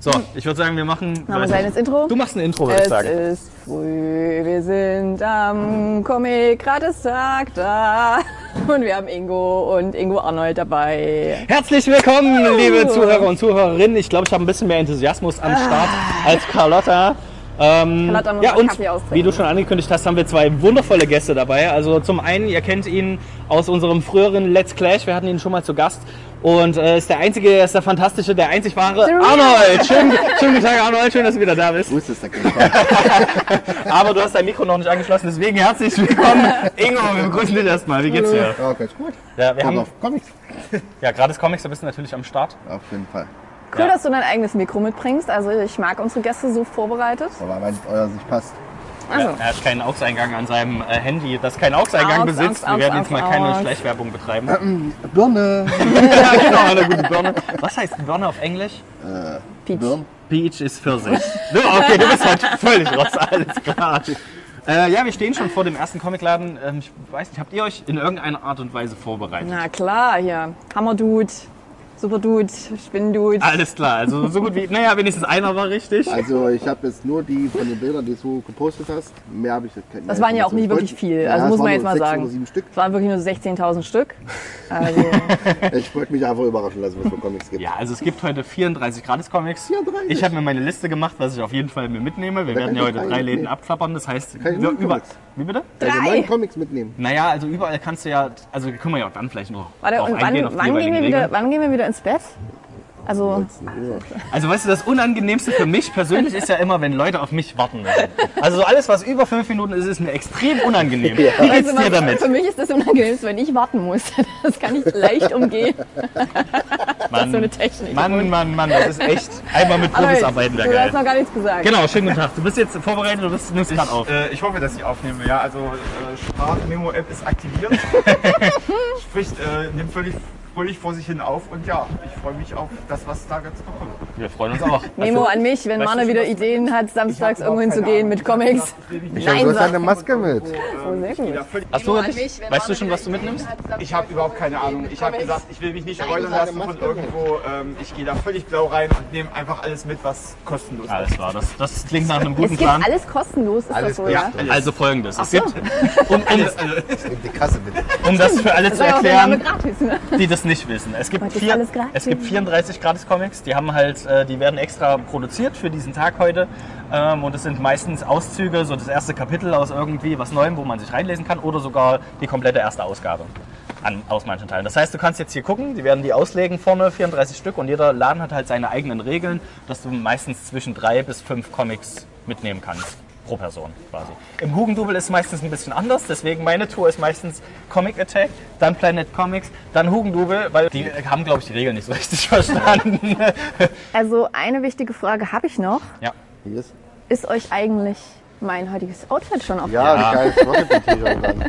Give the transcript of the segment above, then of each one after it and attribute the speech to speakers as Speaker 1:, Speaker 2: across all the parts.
Speaker 1: So, ich würde sagen, wir machen.
Speaker 2: Machen wir ein kleines Intro?
Speaker 1: Du machst ein Intro, würde ich
Speaker 2: Es äh,
Speaker 1: sagen.
Speaker 2: ist früh, wir sind am Comic-Gratis-Tag da und wir haben Ingo und Ingo Arnold dabei.
Speaker 1: Herzlich willkommen, liebe Zuhörer und Zuhörerinnen. Ich glaube, ich habe ein bisschen mehr Enthusiasmus am Start als Carlotta. Ähm,
Speaker 2: Ah. Carlotta muss
Speaker 1: ja,
Speaker 2: mal
Speaker 1: und
Speaker 2: Kaffee austrinken.
Speaker 1: wie du schon angekündigt hast, haben wir zwei wundervolle Gäste dabei. Also zum einen, ihr kennt ihn aus unserem früheren Let's Clash. Wir hatten ihn schon mal zu Gast. Und äh, ist der einzige, er ist der fantastische, der einzig wahre Arnold. Schön, schönen guten Tag, Arnold. Schön, dass du wieder da bist.
Speaker 3: Wo ist das da genau?
Speaker 1: Aber du hast dein Mikro noch nicht angeschlossen, deswegen herzlich willkommen. Ingo, wir begrüßen dich erstmal. Wie geht's dir?
Speaker 3: Ja, ganz gut.
Speaker 1: Ja, wir
Speaker 3: Komm
Speaker 1: haben,
Speaker 3: auf Comics.
Speaker 1: ja, gratis Comics, da bist du natürlich am Start.
Speaker 3: Auf jeden Fall.
Speaker 2: Cool,
Speaker 1: Ja.
Speaker 2: dass du dein eigenes Mikro mitbringst. Also ich mag unsere Gäste so vorbereitet.
Speaker 3: Aber wenn es euer nicht passt.
Speaker 2: Also,
Speaker 1: Er hat keinen AUX-Eingang an seinem äh, Handy, das keinen AUX-Eingang
Speaker 2: Aux,
Speaker 1: besitzt.
Speaker 2: Aux,
Speaker 1: wir werden
Speaker 2: Aux,
Speaker 1: jetzt mal keine
Speaker 2: Aux.
Speaker 1: Schleichwerbung betreiben.
Speaker 3: Birne!
Speaker 1: ja, genau, eine gute Birne. Was heißt Birne auf Englisch?
Speaker 2: Peach.
Speaker 3: Birne.
Speaker 1: Peach ist Pfirsich. So, okay, du bist halt völlig raus, alles klar. Äh, ja, wir stehen schon vor dem ersten Comicladen. Ähm, ich weiß nicht, habt ihr euch in irgendeiner Art und Weise vorbereitet?
Speaker 2: Na klar, hier. Hammer-Dude, Super-Dude, Spinn-Dude.
Speaker 1: Alles klar, also so gut wie. Naja, wenigstens einer war richtig.
Speaker 3: Also ich habe jetzt nur die von den Bildern, die du gepostet hast. Mehr habe ich jetzt keine.
Speaker 2: Das waren ja auch nie wirklich viel, also
Speaker 3: es
Speaker 2: muss man
Speaker 3: waren
Speaker 2: jetzt
Speaker 3: nur
Speaker 2: mal
Speaker 3: sechs
Speaker 2: sagen.
Speaker 3: Oder sieben Stück.
Speaker 2: Es waren wirklich nur 16.000 Stück. Also,
Speaker 3: Ich wollte mich einfach überraschen lassen, was für Comics gibt.
Speaker 1: Ja, also es gibt heute 34 Gratis-Comics.
Speaker 3: 34?
Speaker 1: Ich habe mir meine Liste gemacht, was ich auf jeden Fall mir mitnehme. Wir
Speaker 3: Da
Speaker 1: werden
Speaker 3: kann
Speaker 1: ja
Speaker 3: ich
Speaker 1: heute
Speaker 3: drei
Speaker 1: drei Läden
Speaker 3: mitnehmen.
Speaker 1: abklappern. Das heißt,
Speaker 3: Kann ich
Speaker 1: wir
Speaker 3: nur
Speaker 1: über.
Speaker 3: Comics?
Speaker 1: Wie bitte?
Speaker 3: Also
Speaker 2: drei.
Speaker 3: neuen Comics mitnehmen.
Speaker 1: Naja, also überall kannst du ja. Also können wir ja auch dann vielleicht noch.
Speaker 2: warte,
Speaker 1: drauf
Speaker 2: und
Speaker 1: eingehen, auf
Speaker 2: wann,
Speaker 1: die
Speaker 2: wann, gehen
Speaker 1: jeweiligen
Speaker 2: wir wieder,
Speaker 1: Regeln.
Speaker 2: wann gehen wir wieder ins Bett? Also,
Speaker 3: 19 Uhr.
Speaker 1: Also weißt du, das Unangenehmste für mich persönlich ist ja immer, wenn Leute auf mich warten müssen. Also so alles, was über fünf Minuten ist, ist mir extrem unangenehm.
Speaker 3: Ja.
Speaker 1: Wie geht's
Speaker 2: Also,
Speaker 1: dir damit?
Speaker 2: Für mich ist das unangenehm, wenn ich warten muss. Das kann ich leicht umgehen.
Speaker 1: Mann,
Speaker 2: so eine Technik.
Speaker 1: Mann, Mann, Mann, das ist echt. Einmal mit Profis arbeiten, wäre
Speaker 2: Du hast
Speaker 1: geil.
Speaker 2: noch gar nichts gesagt.
Speaker 1: Genau, schönen guten Tag. Du bist jetzt vorbereitet, du bist, nimmst gerade auf.
Speaker 4: Äh, ich hoffe, dass ich aufnehme. Ja, also äh, Sprachmemo-App ist aktiviert. Spricht, äh, nimmt völlig fröhlich vor sich hin auf und ja, ich freue mich auf das, was da jetzt noch kommt.
Speaker 1: Wir freuen uns auch.
Speaker 2: Memo an mich,
Speaker 1: Weißt
Speaker 2: wenn
Speaker 1: du
Speaker 2: Mane
Speaker 1: schon,
Speaker 2: wieder
Speaker 1: was-
Speaker 2: Ideen hat, samstags irgendwo hinzugehen mit
Speaker 1: Genau.
Speaker 2: Comics.
Speaker 3: Ich habe
Speaker 2: Nein,
Speaker 3: bloß
Speaker 2: sag-
Speaker 3: eine Maske mit.
Speaker 4: ähm,
Speaker 2: sehr gut.
Speaker 1: Hast du, weißt du schon, was du mitnimmst?
Speaker 4: Ich habe überhaupt keine Ahnung. Ich habe gesagt, ich will mich nicht spoilern
Speaker 3: sag
Speaker 4: lassen
Speaker 3: eine
Speaker 4: von
Speaker 3: Maske mit.
Speaker 4: irgendwo. Ähm, ich gehe da völlig blau rein und nehme einfach alles mit, was kostenlos
Speaker 1: Alles
Speaker 4: ist.
Speaker 1: klar, das, das klingt nach einem
Speaker 2: Es
Speaker 1: guten
Speaker 2: gibt
Speaker 1: Plan.
Speaker 2: alles kostenlos, ist das
Speaker 3: Alles
Speaker 2: so, ja?
Speaker 4: kostenlos. alles.
Speaker 1: Also folgendes. Es gibt, um, um,
Speaker 3: Nimm die Kasse mit.
Speaker 1: um das für alle zu
Speaker 2: äh, Das war ja auch der Name
Speaker 1: erklären,
Speaker 2: gratis, ne?
Speaker 1: die das nicht wissen. Es gibt,
Speaker 2: Heute ist
Speaker 1: vier,
Speaker 2: alles gratis.
Speaker 1: es gibt 34 Gratis-Comics, die haben halt, äh, die werden extra produziert für diesen Tag heute. Ähm, Und es sind meistens Auszüge, so das erste Kapitel aus irgendwie was Neuem, wo man sich reinlesen kann, oder sogar die komplette erste Ausgabe. An, aus manchen Teilen. Das heißt, du kannst jetzt hier gucken, die werden die auslegen vorne, 34 Stück, und jeder Laden hat halt seine eigenen Regeln, dass du meistens zwischen drei bis fünf Comics mitnehmen kannst. Pro Person quasi. Im Hugendubel ist es meistens ein bisschen anders, deswegen meine Tour ist meistens Comic Attack, dann Planet Comics, dann Hugendubel, weil die haben, glaube ich, die Regeln nicht so richtig verstanden.
Speaker 2: Also, eine wichtige Frage habe ich noch.
Speaker 1: ja.
Speaker 3: Hier ist.
Speaker 2: Ist euch eigentlich mein heutiges Outfit schon auf?
Speaker 3: Ja, ein geiles Rocket-T-Shirt an.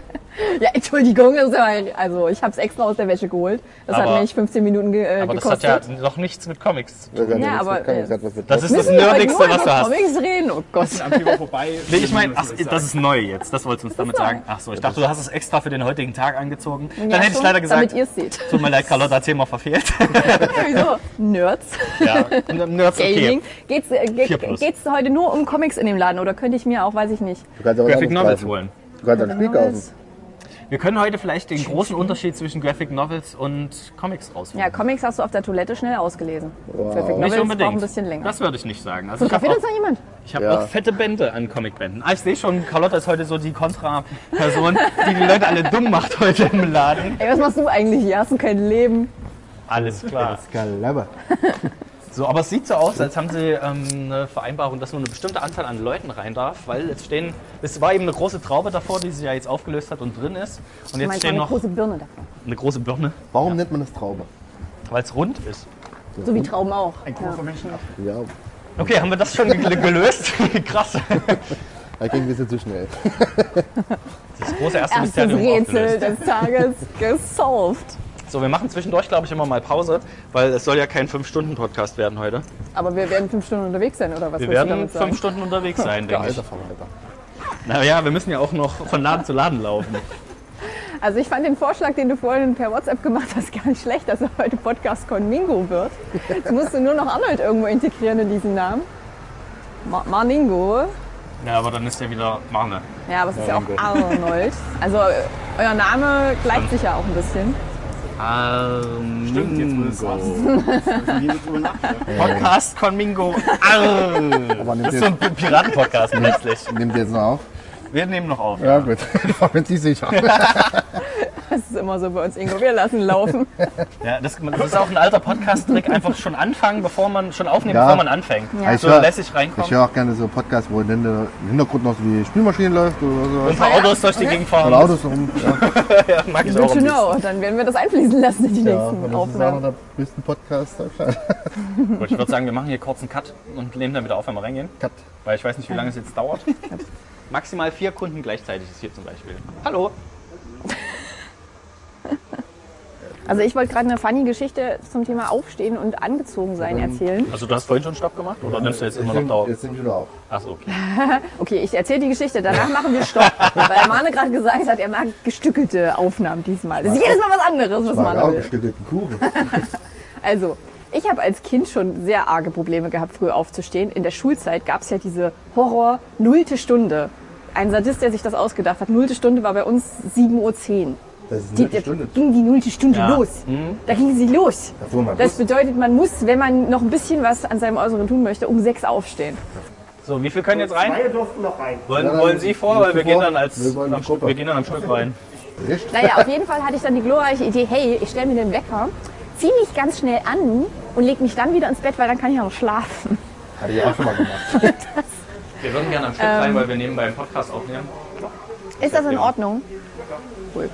Speaker 2: Ja, Entschuldigung, das ist aber- also ich habe es extra aus der Wäsche geholt. Das
Speaker 1: Aber-
Speaker 2: hat mich 15 Minuten ge äh,
Speaker 1: Aber das hat
Speaker 2: gekostet.
Speaker 1: ja noch nichts mit Comics.
Speaker 3: Das hat nichts
Speaker 2: aber,
Speaker 3: mit Comics,
Speaker 2: äh,
Speaker 3: hat was mit
Speaker 1: Das ist das
Speaker 2: Müssen wir heute
Speaker 1: Nerdigste,
Speaker 2: nur
Speaker 1: was du
Speaker 2: über
Speaker 1: hast.
Speaker 2: Comics reden? Oh Gott.
Speaker 4: Am Thema vorbei.
Speaker 1: Nee, ich meine, ach,
Speaker 4: Muss ich
Speaker 1: das
Speaker 4: sagen.
Speaker 1: ist neu jetzt. Das wolltest du uns damit
Speaker 2: neu.
Speaker 1: sagen. Ach so, ich dachte, du hast es extra für den heutigen Tag angezogen. Dann
Speaker 2: Ja,
Speaker 1: hätte ich
Speaker 2: schon,
Speaker 1: leider gesagt,
Speaker 2: Damit ihr es seht.
Speaker 1: tut mir leid, Carlotta, Thema verfehlt.
Speaker 2: Wieso? Nerds.
Speaker 1: ja, Nerds okay.
Speaker 2: Gaming. Geht's, äh, ge
Speaker 1: Vier plus.
Speaker 2: geht's heute nur um Comics in dem Laden oder könnte ich mir auch, weiß ich nicht.
Speaker 3: Du kannst auch was
Speaker 1: Graphic
Speaker 3: anderes
Speaker 1: Novels
Speaker 3: kaufen.
Speaker 1: holen.
Speaker 3: Du kannst auch ein Spiel kaufen.
Speaker 1: Wir können heute vielleicht den großen Unterschied zwischen Graphic Novels und Comics rausfinden.
Speaker 2: Ja, Comics hast du auf der Toilette schnell ausgelesen. Graphic
Speaker 1: Nicht
Speaker 2: Novels
Speaker 1: unbedingt.
Speaker 2: braucht ein bisschen länger.
Speaker 1: Das würde ich nicht sagen. Also
Speaker 2: So,
Speaker 1: ich
Speaker 2: da
Speaker 1: habe
Speaker 2: fehlt
Speaker 1: auch,
Speaker 2: uns noch jemand.
Speaker 1: ich hab
Speaker 3: Ja.
Speaker 1: auch fette Bände an Comicbänden. Ah, ich sehe schon, Carlotta ist heute so die Kontra-Person, die die Leute alle dumm macht heute im Laden.
Speaker 2: Ey, was machst du eigentlich hier? Hast du kein Leben?
Speaker 1: Alles klar.
Speaker 3: Kalabber.
Speaker 1: So, aber es sieht so aus, als haben sie ähm, eine Vereinbarung, dass nur eine bestimmte Anzahl an Leuten rein darf, weil jetzt stehen, es war eben eine große Traube davor, die sich ja jetzt aufgelöst hat und drin ist. Und jetzt
Speaker 2: Meinst du
Speaker 1: stehen
Speaker 2: eine
Speaker 1: noch
Speaker 2: große Birne davon.
Speaker 1: eine große Birne,
Speaker 3: Warum nennt man das Traube?
Speaker 1: weil es rund ist.
Speaker 2: So wie Trauben auch.
Speaker 4: Ein großer Menschen.
Speaker 3: Ja,
Speaker 1: Okay, haben wir das schon gel- gelöst? Krass.
Speaker 3: da ging ein bisschen zu schnell.
Speaker 1: Das große erste
Speaker 2: Erstes
Speaker 1: Mysterium
Speaker 2: Rätsel
Speaker 1: aufgelöst.
Speaker 2: des Tages gesolved.
Speaker 1: So, wir machen zwischendurch, glaube ich, immer mal Pause, weil es soll ja kein 5-Stunden-Podcast werden heute.
Speaker 2: Aber wir werden fünf Stunden unterwegs sein, oder was
Speaker 1: Wir
Speaker 2: willst du
Speaker 1: werden
Speaker 2: damit sagen?
Speaker 1: fünf Stunden unterwegs sein, denke ich.
Speaker 3: Verwalter.
Speaker 1: Naja, wir müssen ja auch noch von Laden zu Laden laufen.
Speaker 2: Also ich fand den Vorschlag, den du vorhin per WhatsApp gemacht hast, gar nicht schlecht, dass er heute Podcast Conmingo wird. Jetzt musst du nur noch Arnold irgendwo integrieren in diesen Namen. Ma Marningo.
Speaker 1: Ja, aber dann ist ja wieder Marne.
Speaker 2: Ja, aber es ist ja auch Arnold. Also äh, euer Name gleicht sich ja auch ein bisschen.
Speaker 1: Ähm,
Speaker 4: Stimmt, jetzt muss es raus.
Speaker 1: Podcast Conmingo. Arr.
Speaker 3: Aber nimmt
Speaker 1: Das ist so
Speaker 3: ihr,
Speaker 1: ein Piraten-Podcast letztlich.
Speaker 3: nimmt ihr jetzt noch auf?
Speaker 1: Wir nehmen noch auf.
Speaker 3: Ja, gut. Wenn Sie sicher.
Speaker 2: Das ist immer so bei uns, Ingo. Wir lassen laufen.
Speaker 1: Ja, das, das ist auch ein alter Podcast-Trick, einfach schon anfangen, bevor man schon aufnehmen,
Speaker 3: Ja.
Speaker 1: bevor man anfängt.
Speaker 3: Ich
Speaker 1: So
Speaker 3: höre-
Speaker 1: lässig
Speaker 3: Ich
Speaker 1: reinkommen.
Speaker 3: höre auch gerne so Podcasts, wo dann der Hintergrund noch so die Spielmaschine läuft oder
Speaker 1: Ein
Speaker 3: so.
Speaker 1: paar Autos durch die Gegend fahren.
Speaker 3: Oder Autos rum. Ja,
Speaker 1: Ja, mag ich
Speaker 2: Good
Speaker 1: auch.
Speaker 2: to
Speaker 1: am liebsten.
Speaker 2: know. Dann werden wir das einfließen lassen in die
Speaker 3: ja
Speaker 2: nächsten
Speaker 3: das ist einer
Speaker 2: Aufnahmen.
Speaker 3: der besten Podcasts Deutschland.
Speaker 1: Gut, ich würde sagen, wir machen hier kurz einen Cut und nehmen dann wieder auf, wenn wir reingehen.
Speaker 3: Cut.
Speaker 1: Weil ich weiß nicht, wie lange es jetzt dauert. Maximal vier Kunden gleichzeitig ist hier zum Beispiel. Hallo.
Speaker 2: Also ich wollte gerade eine funny Geschichte zum Thema Aufstehen und angezogen sein erzählen.
Speaker 1: Also du hast vorhin schon Stopp gemacht oder nimmst du jetzt
Speaker 3: Jetzt nehme ich wieder auf.
Speaker 1: Achso, okay.
Speaker 2: Okay, ich erzähle die Geschichte, danach machen wir Stopp. Weil Mane gerade gesagt hat, er mag gestückelte Aufnahmen diesmal. Das ist jedes Mal was anderes, was
Speaker 3: War auch
Speaker 2: Mane will.
Speaker 3: gestückelten Kuchen.
Speaker 2: Also, ich habe als Kind schon sehr arge Probleme gehabt, früh aufzustehen. In der Schulzeit gab es ja diese Horror nullte Stunde. Ein Sadist, der sich das ausgedacht hat. Nullte Stunde war bei uns 7.10 Uhr.
Speaker 3: Das ist
Speaker 2: Die,
Speaker 3: eine
Speaker 2: da
Speaker 3: Stunde.
Speaker 2: ging die nullte Stunde
Speaker 1: Ja.
Speaker 2: los. Da ging sie los.
Speaker 3: Da fuhr mal
Speaker 2: Das
Speaker 3: Bus.
Speaker 2: bedeutet, man muss, wenn man noch ein bisschen was an seinem Äußeren tun möchte, um sechs aufstehen.
Speaker 1: So, wie viel können jetzt rein?
Speaker 5: Beide durften noch rein.
Speaker 1: Wollen,
Speaker 3: Ja, dann
Speaker 1: wollen Sie vor,
Speaker 3: willst
Speaker 1: weil
Speaker 3: du
Speaker 1: wir
Speaker 3: vor?
Speaker 1: gehen dann als
Speaker 3: Wir wollen die
Speaker 1: am,
Speaker 3: Gruppe.
Speaker 1: wir gehen dann am Stück rein.
Speaker 3: Echt?
Speaker 2: Naja, auf jeden Fall hatte ich dann die glorreiche Idee, hey, ich stelle mir den Wecker, ziehe mich ganz schnell an und lege mich dann wieder ins Bett, weil dann kann ich ja noch schlafen.
Speaker 3: Hatte ich auch schon mal gemacht.
Speaker 1: Wir würden gerne am Stück rein,
Speaker 2: Ähm,
Speaker 1: weil wir nebenbei einen Podcast aufnehmen.
Speaker 2: Ist das in Ordnung? Cool.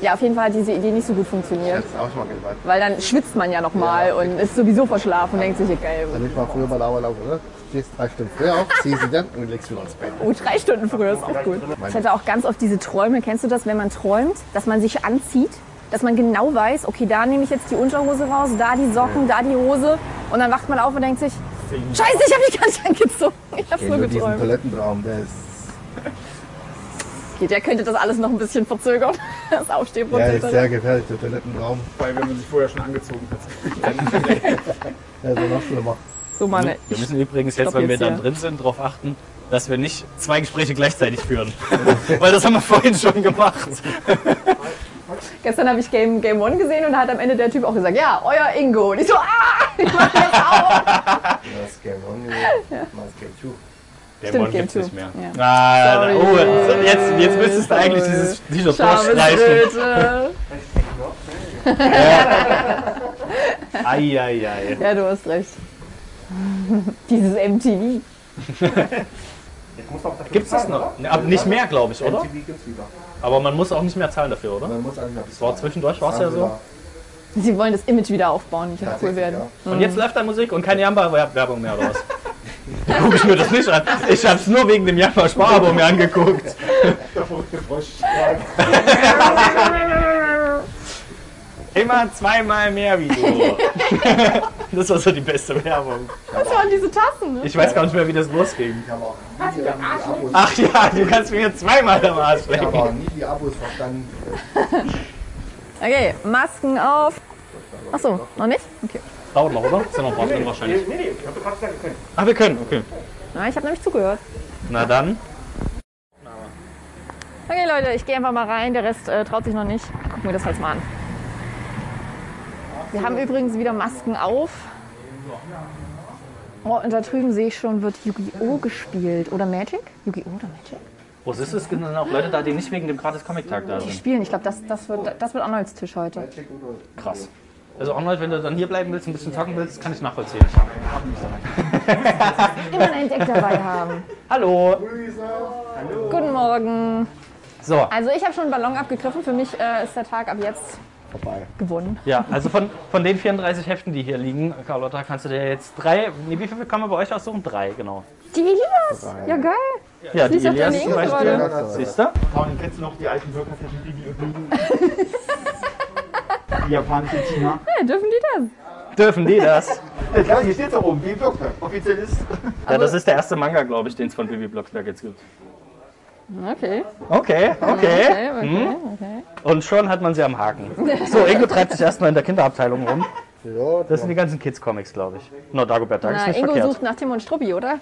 Speaker 2: Ja, auf jeden Fall hat diese Idee nicht so gut funktioniert,
Speaker 3: Das ist auch schon mal gemacht.
Speaker 2: weil dann schwitzt man ja Also nochmal und ist sowieso verschlafen und denkt sich, geil,
Speaker 3: Damit war früher mal Lauerlauf, oder? Stehst drei Stunden früher auf, ziehst sie dann und legst wieder ins Bett.
Speaker 2: oh, drei Stunden früher ist auch gut. Ich hatte auch ganz oft diese Träume, kennst du das, wenn man träumt, dass man sich anzieht, dass man genau weiß, okay, da nehme ich jetzt die Unterhose raus, da die Socken, da die Hose und dann wacht man auf und denkt sich, scheiße, ich habe mich gar nicht angezogen, ich habe
Speaker 3: Geh
Speaker 2: nur
Speaker 3: nur diesen
Speaker 2: geträumt.
Speaker 3: Toilettenraum, der ist,
Speaker 2: Okay, der könnte das alles noch ein bisschen verzögern, das
Speaker 3: der ist
Speaker 2: Aufstehprozedere.
Speaker 3: sehr gefährlich, der Toilettenraum.
Speaker 4: Weil wenn man sich vorher schon angezogen hat.
Speaker 3: Der ist noch schlimmer.
Speaker 2: so, Mann,
Speaker 1: Wir müssen übrigens jetzt,
Speaker 2: Stopp
Speaker 1: wenn wir
Speaker 2: jetzt
Speaker 1: dann
Speaker 2: hier.
Speaker 1: drin sind, darauf achten, dass wir nicht zwei Gespräche gleichzeitig führen. Weil das haben wir vorhin schon gemacht.
Speaker 2: Gestern habe ich Game, Game One gesehen und da hat am Ende der Typ auch gesagt, ja, euer Ingo. Und ich so, ah, ich mach jetzt auf.
Speaker 3: Das Game On, das Game Two.
Speaker 2: Stimmt,
Speaker 1: Dämon
Speaker 2: Game
Speaker 1: gibt's nicht
Speaker 2: Two.
Speaker 1: mehr.
Speaker 2: Ja.
Speaker 1: Ah,
Speaker 2: Sorry.
Speaker 1: oh, jetzt, jetzt müsstest du eigentlich
Speaker 2: Sorry.
Speaker 1: dieses T-Shirt
Speaker 2: Scharfe
Speaker 1: vorstreichen.
Speaker 2: Schritte.
Speaker 1: Eieiei.
Speaker 2: Ja, du hast recht. Dieses MTV.
Speaker 5: Jetzt muss auch dafür
Speaker 1: Gibt's das noch? Ab, nicht mehr, glaube ich, oder?
Speaker 5: MTV gibt's wieder.
Speaker 1: Aber man muss auch nicht mehr zahlen dafür, oder?
Speaker 3: Man muss eigentlich
Speaker 1: Das war zwischendurch, war es ja so.
Speaker 2: Sie wollen das Image wieder aufbauen, nicht cool werden.
Speaker 1: Und jetzt läuft da Musik und keine Jamba-Werbung mehr, oder was? Da gucke ich mir das nicht an. Ich hab's nur wegen dem Jamba-Sparabo mir angeguckt. Immer zweimal mehr Video. Das war so die beste Werbung.
Speaker 2: Das waren diese Tassen, ne?
Speaker 1: Ich weiß gar nicht mehr, wie das losging.
Speaker 3: Ich habe auch nie die Abos,
Speaker 1: Ach ja, du kannst mir jetzt zweimal am Arsch
Speaker 3: ich habe
Speaker 1: lecken.
Speaker 3: auch nie die Abos verstanden.
Speaker 2: Okay, Masken auf. Ach so, noch nicht? Okay.
Speaker 1: Dauert noch, oder? Sind noch ein paar drin wahrscheinlich.
Speaker 5: Nee, nee, ich habe gerade gesagt, wir können.
Speaker 1: Ach, wir können, okay.
Speaker 2: Na, ich habe nämlich zugehört.
Speaker 1: Na dann.
Speaker 2: Okay, Leute, ich gehe einfach mal rein. Der Rest äh, traut sich noch nicht. Gucken wir das halt mal an. Wir haben übrigens wieder Masken auf. Oh, und da drüben sehe ich schon, wird Yu-Gi-Oh! gespielt. Oder Magic? Yu-Gi-Oh! oder Magic?
Speaker 1: Wo ist es? Sind auch Leute da, die nicht wegen dem Gratis-Comic-Tag da sind?
Speaker 2: Spielen, ich glaube, das, das wird, das wird Arnolds Tisch heute.
Speaker 1: Krass. Also Arnold, wenn du dann hier bleiben willst, ein bisschen zocken willst, kann ich nachvollziehen.
Speaker 2: Immer einen Deck dabei haben.
Speaker 1: Hallo.
Speaker 2: Guten Morgen.
Speaker 1: So,
Speaker 2: Also, ich habe schon einen Ballon abgegriffen. Für mich äh, ist der Tag ab jetzt
Speaker 3: Vorbei.
Speaker 2: gewonnen.
Speaker 1: ja, also von, von den 34 Heften, die hier liegen, Carlotta, kannst du dir jetzt drei, nee, wie viel kann man bei euch aussuchen? Drei, genau.
Speaker 2: Die Elias! Ja, geil.
Speaker 1: Ja, die
Speaker 2: Siehst du,
Speaker 1: Elias
Speaker 2: die
Speaker 1: zum
Speaker 2: Ingo
Speaker 1: Beispiel.
Speaker 3: gerade.
Speaker 1: Siehst du?
Speaker 4: Kaum kennst du noch die alten Bürgerflächen, die die Blüten. Die japanische China.
Speaker 2: Ja, dürfen die
Speaker 1: Dürfen die das?
Speaker 5: Äh,
Speaker 4: Ja, klar, hier steht es oben, wie Bürgerfläche. Offiziell ist.
Speaker 1: Ja, das ist der erste Manga, glaube ich, den es von Bibi Blocksberg jetzt gibt.
Speaker 2: das? Okay.
Speaker 1: Okay, okay.
Speaker 2: Ah, Okay, okay,
Speaker 1: Hm?
Speaker 2: okay.
Speaker 1: Und schon hat man sie am Haken. So, Ingo treibt sich erstmal in der Kinderabteilung rum.
Speaker 3: Ja,
Speaker 1: Das sind die ganzen Kids-Comics, glaube ich. Na, Dagobert Duck ist
Speaker 2: Na,
Speaker 1: nicht
Speaker 2: Ingo
Speaker 1: verkehrt.
Speaker 2: sucht nach Tim und Struppi, oder?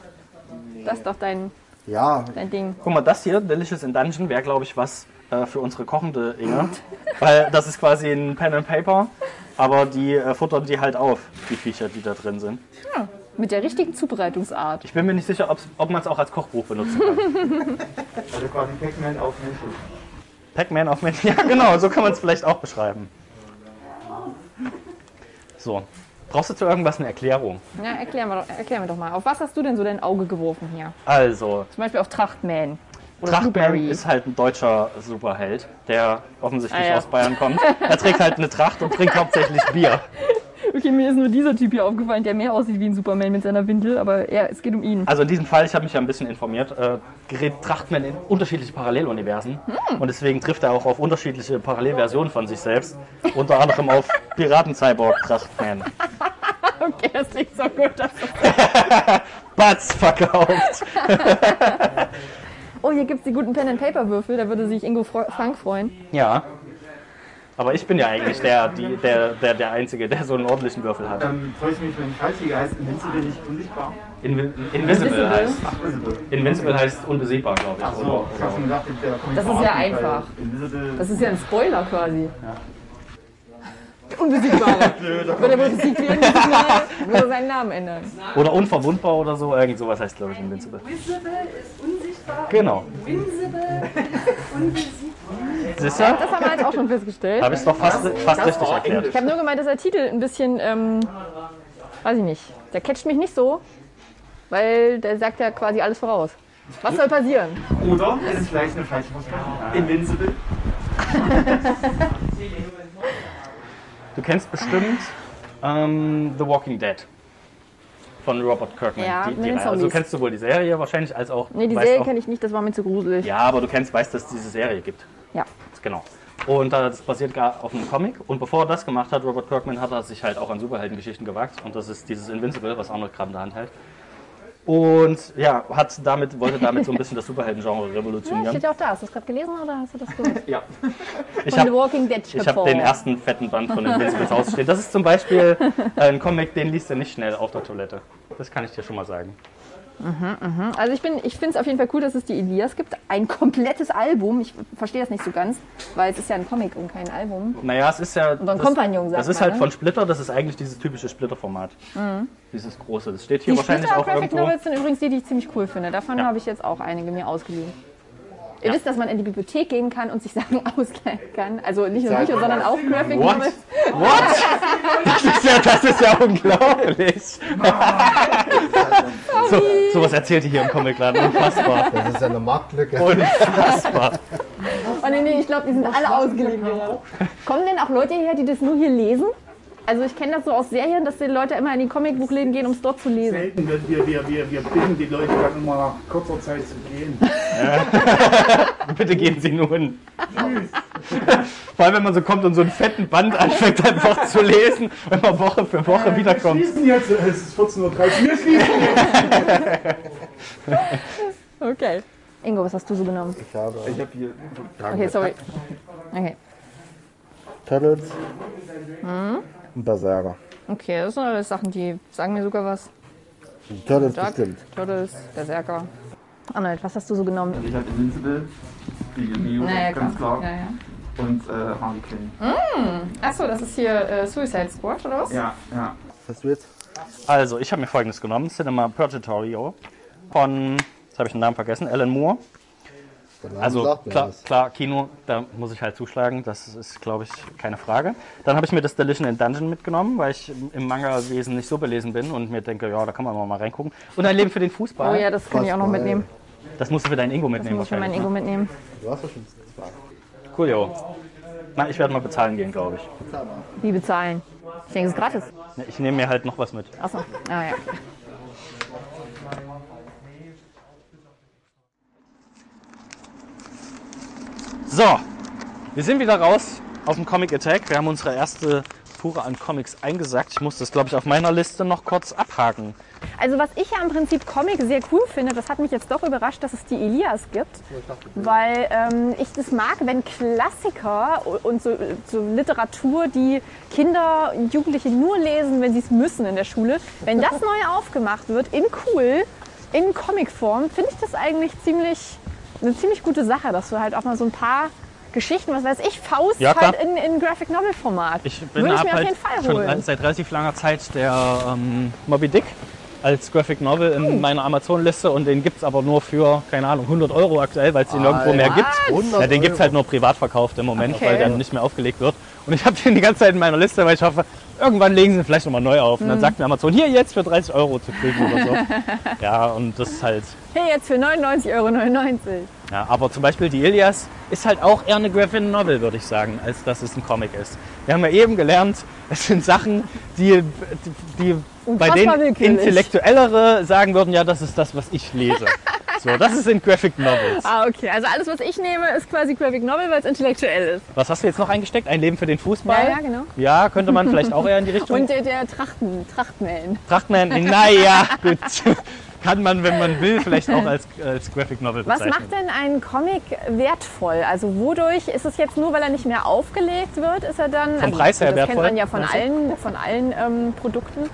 Speaker 2: Das ist doch dein,
Speaker 3: ja,
Speaker 2: dein Ding.
Speaker 1: Guck mal, das hier, Delicious in Dungeon, wäre, glaube ich, was äh, für unsere kochende Inge. Weil das ist quasi ein Pen and Paper, aber die äh, futtern die halt auf, die Viecher, die da drin sind.
Speaker 2: Mit der richtigen Zubereitungsart.
Speaker 1: Ich bin mir nicht sicher, ob's, ob man es auch als Kochbuch benutzen kann.
Speaker 4: Also quasi Pac-Man auf Menschen.
Speaker 1: Pac-Man auf Menschen. Ja, genau, so kann man es vielleicht auch beschreiben. So. Brauchst du zu irgendwas eine Erklärung?
Speaker 2: Na, erklär, mal, doch- erklär mir doch mal. Auf was hast du denn so dein Auge geworfen hier?
Speaker 1: Also,
Speaker 2: Zum Beispiel auf Trachtman. Oder
Speaker 1: Trachtman
Speaker 2: Blueberry.
Speaker 1: ist halt ein deutscher Superheld, der offensichtlich
Speaker 2: Ah, ja.
Speaker 1: aus Bayern kommt. Er trägt halt eine Tracht und trinkt hauptsächlich Bier.
Speaker 2: Okay, mir ist nur dieser Typ hier aufgefallen, der mehr aussieht wie ein Superman mit seiner Windel, aber ja, es geht um ihn.
Speaker 1: Also in diesem Fall, ich habe mich ja ein bisschen informiert, äh, gerät Trachtman in unterschiedliche Paralleluniversen. Und deswegen trifft er auch auf unterschiedliche Parallelversionen von sich selbst. Unter anderem auf Piraten-Cyborg Trachtman.
Speaker 2: Okay, das klingt so gut. Dass
Speaker 1: Batz verkauft!
Speaker 2: oh, hier gibt's die guten Pen-and-Paper-Würfel, da würde sich Ingo Fro Frank freuen.
Speaker 1: Ja. Aber ich bin ja eigentlich der, die, der, der, der Einzige, der so einen ordentlichen Würfel hat.
Speaker 4: Ähm, freue ich mich, wenn ich Kreisliga heißt, nennst du den nicht unsichtbar?
Speaker 1: Invi- Invisible heißt.
Speaker 4: Ach, Invisible.
Speaker 1: Invincible heißt unbesiegbar, glaube ich.
Speaker 4: Ach so, ich hab schon gedacht, der kommt
Speaker 2: Das ist ja einfach. Das ist ja ein Spoiler quasi. Unbesiegbare. Wenn er besiegt werden, muss er halt- seinen Namen ändern.
Speaker 1: Oder unverwundbar oder so, irgend sowas heißt, glaube ich, Invincible.
Speaker 6: Visible ist unsichtbar.
Speaker 1: Genau.
Speaker 6: Invincible ist unbesiegbar.
Speaker 1: Siehst du?
Speaker 2: Das haben wir halt auch schon festgestellt.
Speaker 1: Habe ich es doch fast, fast richtig erklärt.
Speaker 2: Ich habe nur gemeint, dass der Titel ein bisschen, ähm, weiß ich nicht, der catcht mich nicht so, weil der sagt ja quasi alles voraus. Was soll passieren?
Speaker 4: Oder es ist vielleicht eine falsche Verstärkung. Invincible.
Speaker 1: Du kennst bestimmt ähm, The Walking Dead von Robert Kirkman.
Speaker 2: Ja,
Speaker 1: die,
Speaker 2: mit
Speaker 1: die
Speaker 2: den
Speaker 1: Reihe. Also
Speaker 2: Zombies.
Speaker 1: kennst du wohl die Serie wahrscheinlich als auch.
Speaker 2: Nee, die
Speaker 1: weißt
Speaker 2: Serie
Speaker 1: auch-
Speaker 2: kenne ich nicht, das war mir zu gruselig.
Speaker 1: Ja, aber du kennst, weißt, dass es diese Serie gibt.
Speaker 2: Ja.
Speaker 1: Genau. Und äh, das basiert gar auf einem Comic. Und bevor er das gemacht hat, Robert Kirkman, hat er sich halt auch an Superheldengeschichten gewagt. Und das ist dieses Invincible, was Arnold gerade in der Hand hält. Und ja, hat damit, wollte damit so ein bisschen das Superhelden-Genre revolutionieren.
Speaker 2: Steht ja auch da. Hast du das gerade gelesen oder hast du das gehört?
Speaker 1: Ja. Ich
Speaker 2: Von The
Speaker 1: habe
Speaker 2: Walking Dead
Speaker 1: ich hab den ersten fetten Band von Invincibles ausstehen. Das ist zum Beispiel äh, ein Comic, den liest er nicht schnell auf der Toilette. Das kann ich dir schon mal sagen.
Speaker 2: Also ich, bin- ich finde es auf jeden Fall cool, dass es die Elias gibt. Ein komplettes Album. Ich verstehe das nicht so ganz, weil es ist ja ein Comic und kein Album.
Speaker 1: Naja, es ist ja. Und
Speaker 2: ein Kompagnon, sagt
Speaker 1: Das ist
Speaker 2: man,
Speaker 1: halt
Speaker 2: ne? Mhm.
Speaker 1: von Splitter, das ist eigentlich dieses typische Splitter-Format. Dieses große. Das steht hier
Speaker 2: Die
Speaker 1: wahrscheinlich
Speaker 2: Splitter
Speaker 1: auch
Speaker 2: Graphic
Speaker 1: irgendwo.
Speaker 2: Novels sind übrigens die, die ich ziemlich cool finde. Davon
Speaker 1: Ja.
Speaker 2: habe ich jetzt auch einige mir ausgeliehen. Ihr wisst, dass man in die Bibliothek gehen kann und sich Sachen ausleihen kann. Also nicht nur
Speaker 3: Sag
Speaker 2: Bücher,
Speaker 3: mal.
Speaker 2: sondern auch Graphic
Speaker 1: What?
Speaker 2: Novels.
Speaker 1: What? Das ist ja, das ist ja unglaublich. so, sowas erzählt ihr hier im Comicladen. Unfassbar.
Speaker 3: das ist ja eine Marktlücke.
Speaker 1: Unfassbar.
Speaker 2: Oh nee, nee, ich glaube, die sind alle ausgeliehen. Kommen denn auch Leute hierher, die das nur hier lesen? Also ich kenne das so aus Serien, dass die Leute immer in die Comicbuchläden gehen, um es dort zu lesen.
Speaker 5: Selten, wir, wir, wir, wir, wir bitten die Leute dann immer nach kurzer Zeit zu gehen.
Speaker 1: Bitte gehen Sie nun. Vor allem, wenn man so kommt und so einen fetten Band anfängt, einfach zu lesen, wenn man Woche für Woche
Speaker 5: Wir
Speaker 1: wiederkommt.
Speaker 5: schließen jetzt, es ist 14.30 Uhr, wir schließen jetzt.
Speaker 2: Okay. Ingo, was hast du so genommen?
Speaker 3: Ich habe
Speaker 4: Ich habe hier
Speaker 2: Okay, sorry. Okay.
Speaker 3: Turtles und Berserker.
Speaker 2: Okay, das sind alles Sachen, die sagen mir sogar was.
Speaker 3: Die Turtles
Speaker 2: Dark
Speaker 3: bestimmt.
Speaker 2: Turtles, Berserker. Arnold, was hast du so genommen?
Speaker 4: ich halt hab Invincible, die Neo, ganz klar.
Speaker 2: Ja, ja.
Speaker 4: Und äh, Harley Quinn.
Speaker 2: Achso, das ist hier äh, Suicide Squad, oder was?
Speaker 4: Ja, ja.
Speaker 3: Was hast du jetzt?
Speaker 1: Also, ich habe mir folgendes genommen: Cinema Purgatorio von, jetzt habe ich den Namen vergessen, Alan Moore.
Speaker 3: Der Name
Speaker 1: Also,
Speaker 3: sagt mir
Speaker 1: klar,
Speaker 3: was.
Speaker 1: klar, Kino, da muss ich halt zuschlagen, das ist, glaube ich, keine Frage. Dann habe ich mir das Delition in Dungeon mitgenommen, weil ich im Manga-Wesen nicht so belesen bin und mir denke, ja, da kann man immer mal reingucken. Und ein Leben für den Fußball.
Speaker 2: Oh ja, das kann ich auch noch
Speaker 4: äh,
Speaker 3: Fußball.
Speaker 2: mitnehmen.
Speaker 1: Das musst du für deinen Ingo
Speaker 2: Das
Speaker 1: mitnehmen,
Speaker 2: muss ich für meinen
Speaker 1: wahrscheinlich.
Speaker 2: Ingo mitnehmen.
Speaker 3: Du hast doch schon zwei.
Speaker 1: ne? Cool, jo. Na, ich werde mal bezahlen gehen, glaube ich.
Speaker 2: Wie bezahlen? Ich denke, es ist gratis.
Speaker 1: Ne, Ich nehme mir halt noch was mit.
Speaker 2: Achso, ah ja.
Speaker 1: So, wir sind wieder raus auf dem Comic Attack. Wir haben unsere erste Fuhre an Comics eingesackt. Ich muss das, glaube ich, auf meiner Liste noch kurz abhaken.
Speaker 2: Also was ich ja im Prinzip Comic sehr cool finde, das hat mich jetzt doch überrascht, dass es die Elias gibt, weil ähm, ich das mag, wenn Klassiker und so, so Literatur, die Kinder, Jugendliche nur lesen, wenn sie es müssen in der Schule, wenn das neu aufgemacht wird, in cool, in Comicform, finde ich das eigentlich ziemlich eine ziemlich gute Sache, dass du halt auch mal so ein paar Geschichten, was weiß ich, Faust
Speaker 1: Ja, klar.
Speaker 2: halt in, in Graphic Novel Format.
Speaker 1: Ich bin
Speaker 2: Würde ich
Speaker 1: hab
Speaker 2: mir auf
Speaker 1: halt
Speaker 2: jeden Fall
Speaker 1: schon
Speaker 2: holen.
Speaker 1: seit relativ langer Zeit der ähm, Moby Dick als Graphic Novel in
Speaker 2: Hm.
Speaker 1: meiner Amazon-Liste und den gibt es aber nur für, keine Ahnung, 100 Euro aktuell, weil es den nirgendwo mehr gibt.
Speaker 3: 100
Speaker 1: Na, den gibt es
Speaker 3: Euro.
Speaker 1: halt nur privat verkauft im Moment,
Speaker 2: Okay.
Speaker 1: weil der nicht mehr aufgelegt wird. Und ich habe den die ganze Zeit in meiner Liste, weil ich hoffe, irgendwann legen sie ihn vielleicht nochmal neu auf. Und
Speaker 2: Mhm.
Speaker 1: dann sagt mir Amazon, hier jetzt für 30 Euro zu kriegen oder so. ja, und das ist halt
Speaker 2: Hey, jetzt für 99,99 Euro.
Speaker 1: ja, aber zum Beispiel die Ilias ist halt auch eher eine Graphic Novel, würde ich sagen, als dass es ein Comic ist. Wir haben ja eben gelernt, es sind Sachen, die, die bei
Speaker 2: Unfassbar
Speaker 1: denen
Speaker 2: willkürlich.
Speaker 1: Intellektuellere sagen würden, ja, das ist das, was ich lese. so, das ist in Graphic Novels.
Speaker 2: Ah, okay. Also alles, was ich nehme, ist quasi Graphic Novel, weil es intellektuell ist.
Speaker 1: Was hast du jetzt noch eingesteckt? Ein Leben für den Fußball?
Speaker 2: Ja, ja, genau.
Speaker 1: Ja, könnte man vielleicht auch eher in die Richtung.
Speaker 2: Und der, der Trachten, Trachtman.
Speaker 1: Trachtmann, naja, gut. Kann man, wenn man will, vielleicht auch als, als Graphic Novel
Speaker 2: Was
Speaker 1: bezeichnen.
Speaker 2: macht denn einen Comic wertvoll? Also wodurch ist es jetzt nur, weil er nicht mehr aufgelegt wird, ist er dann... also,
Speaker 1: Preis her
Speaker 2: das
Speaker 1: wertvoll,
Speaker 2: kennt man ja von
Speaker 1: meinst du?
Speaker 2: allen, von allen ähm, Produkten.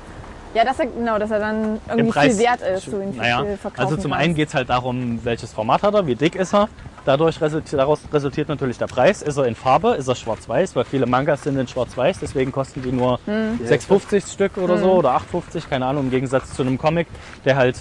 Speaker 2: Ja, dass er, genau, dass er dann
Speaker 1: im
Speaker 2: irgendwie
Speaker 1: Preis.
Speaker 2: viel wert ist. Du ihn
Speaker 1: naja,
Speaker 2: viel verkaufen
Speaker 1: also zum
Speaker 2: kannst.
Speaker 1: einen geht es halt darum, welches Format hat er, wie dick ist er. Dadurch resultiert, daraus resultiert natürlich der Preis. Ist er in Farbe, ist er schwarz-weiß, weil viele Mangas sind in schwarz-weiß, deswegen kosten die
Speaker 2: Hm.
Speaker 1: nur 6,50 Stück oder so oder 8,50, keine Ahnung, im Gegensatz zu einem Comic, der halt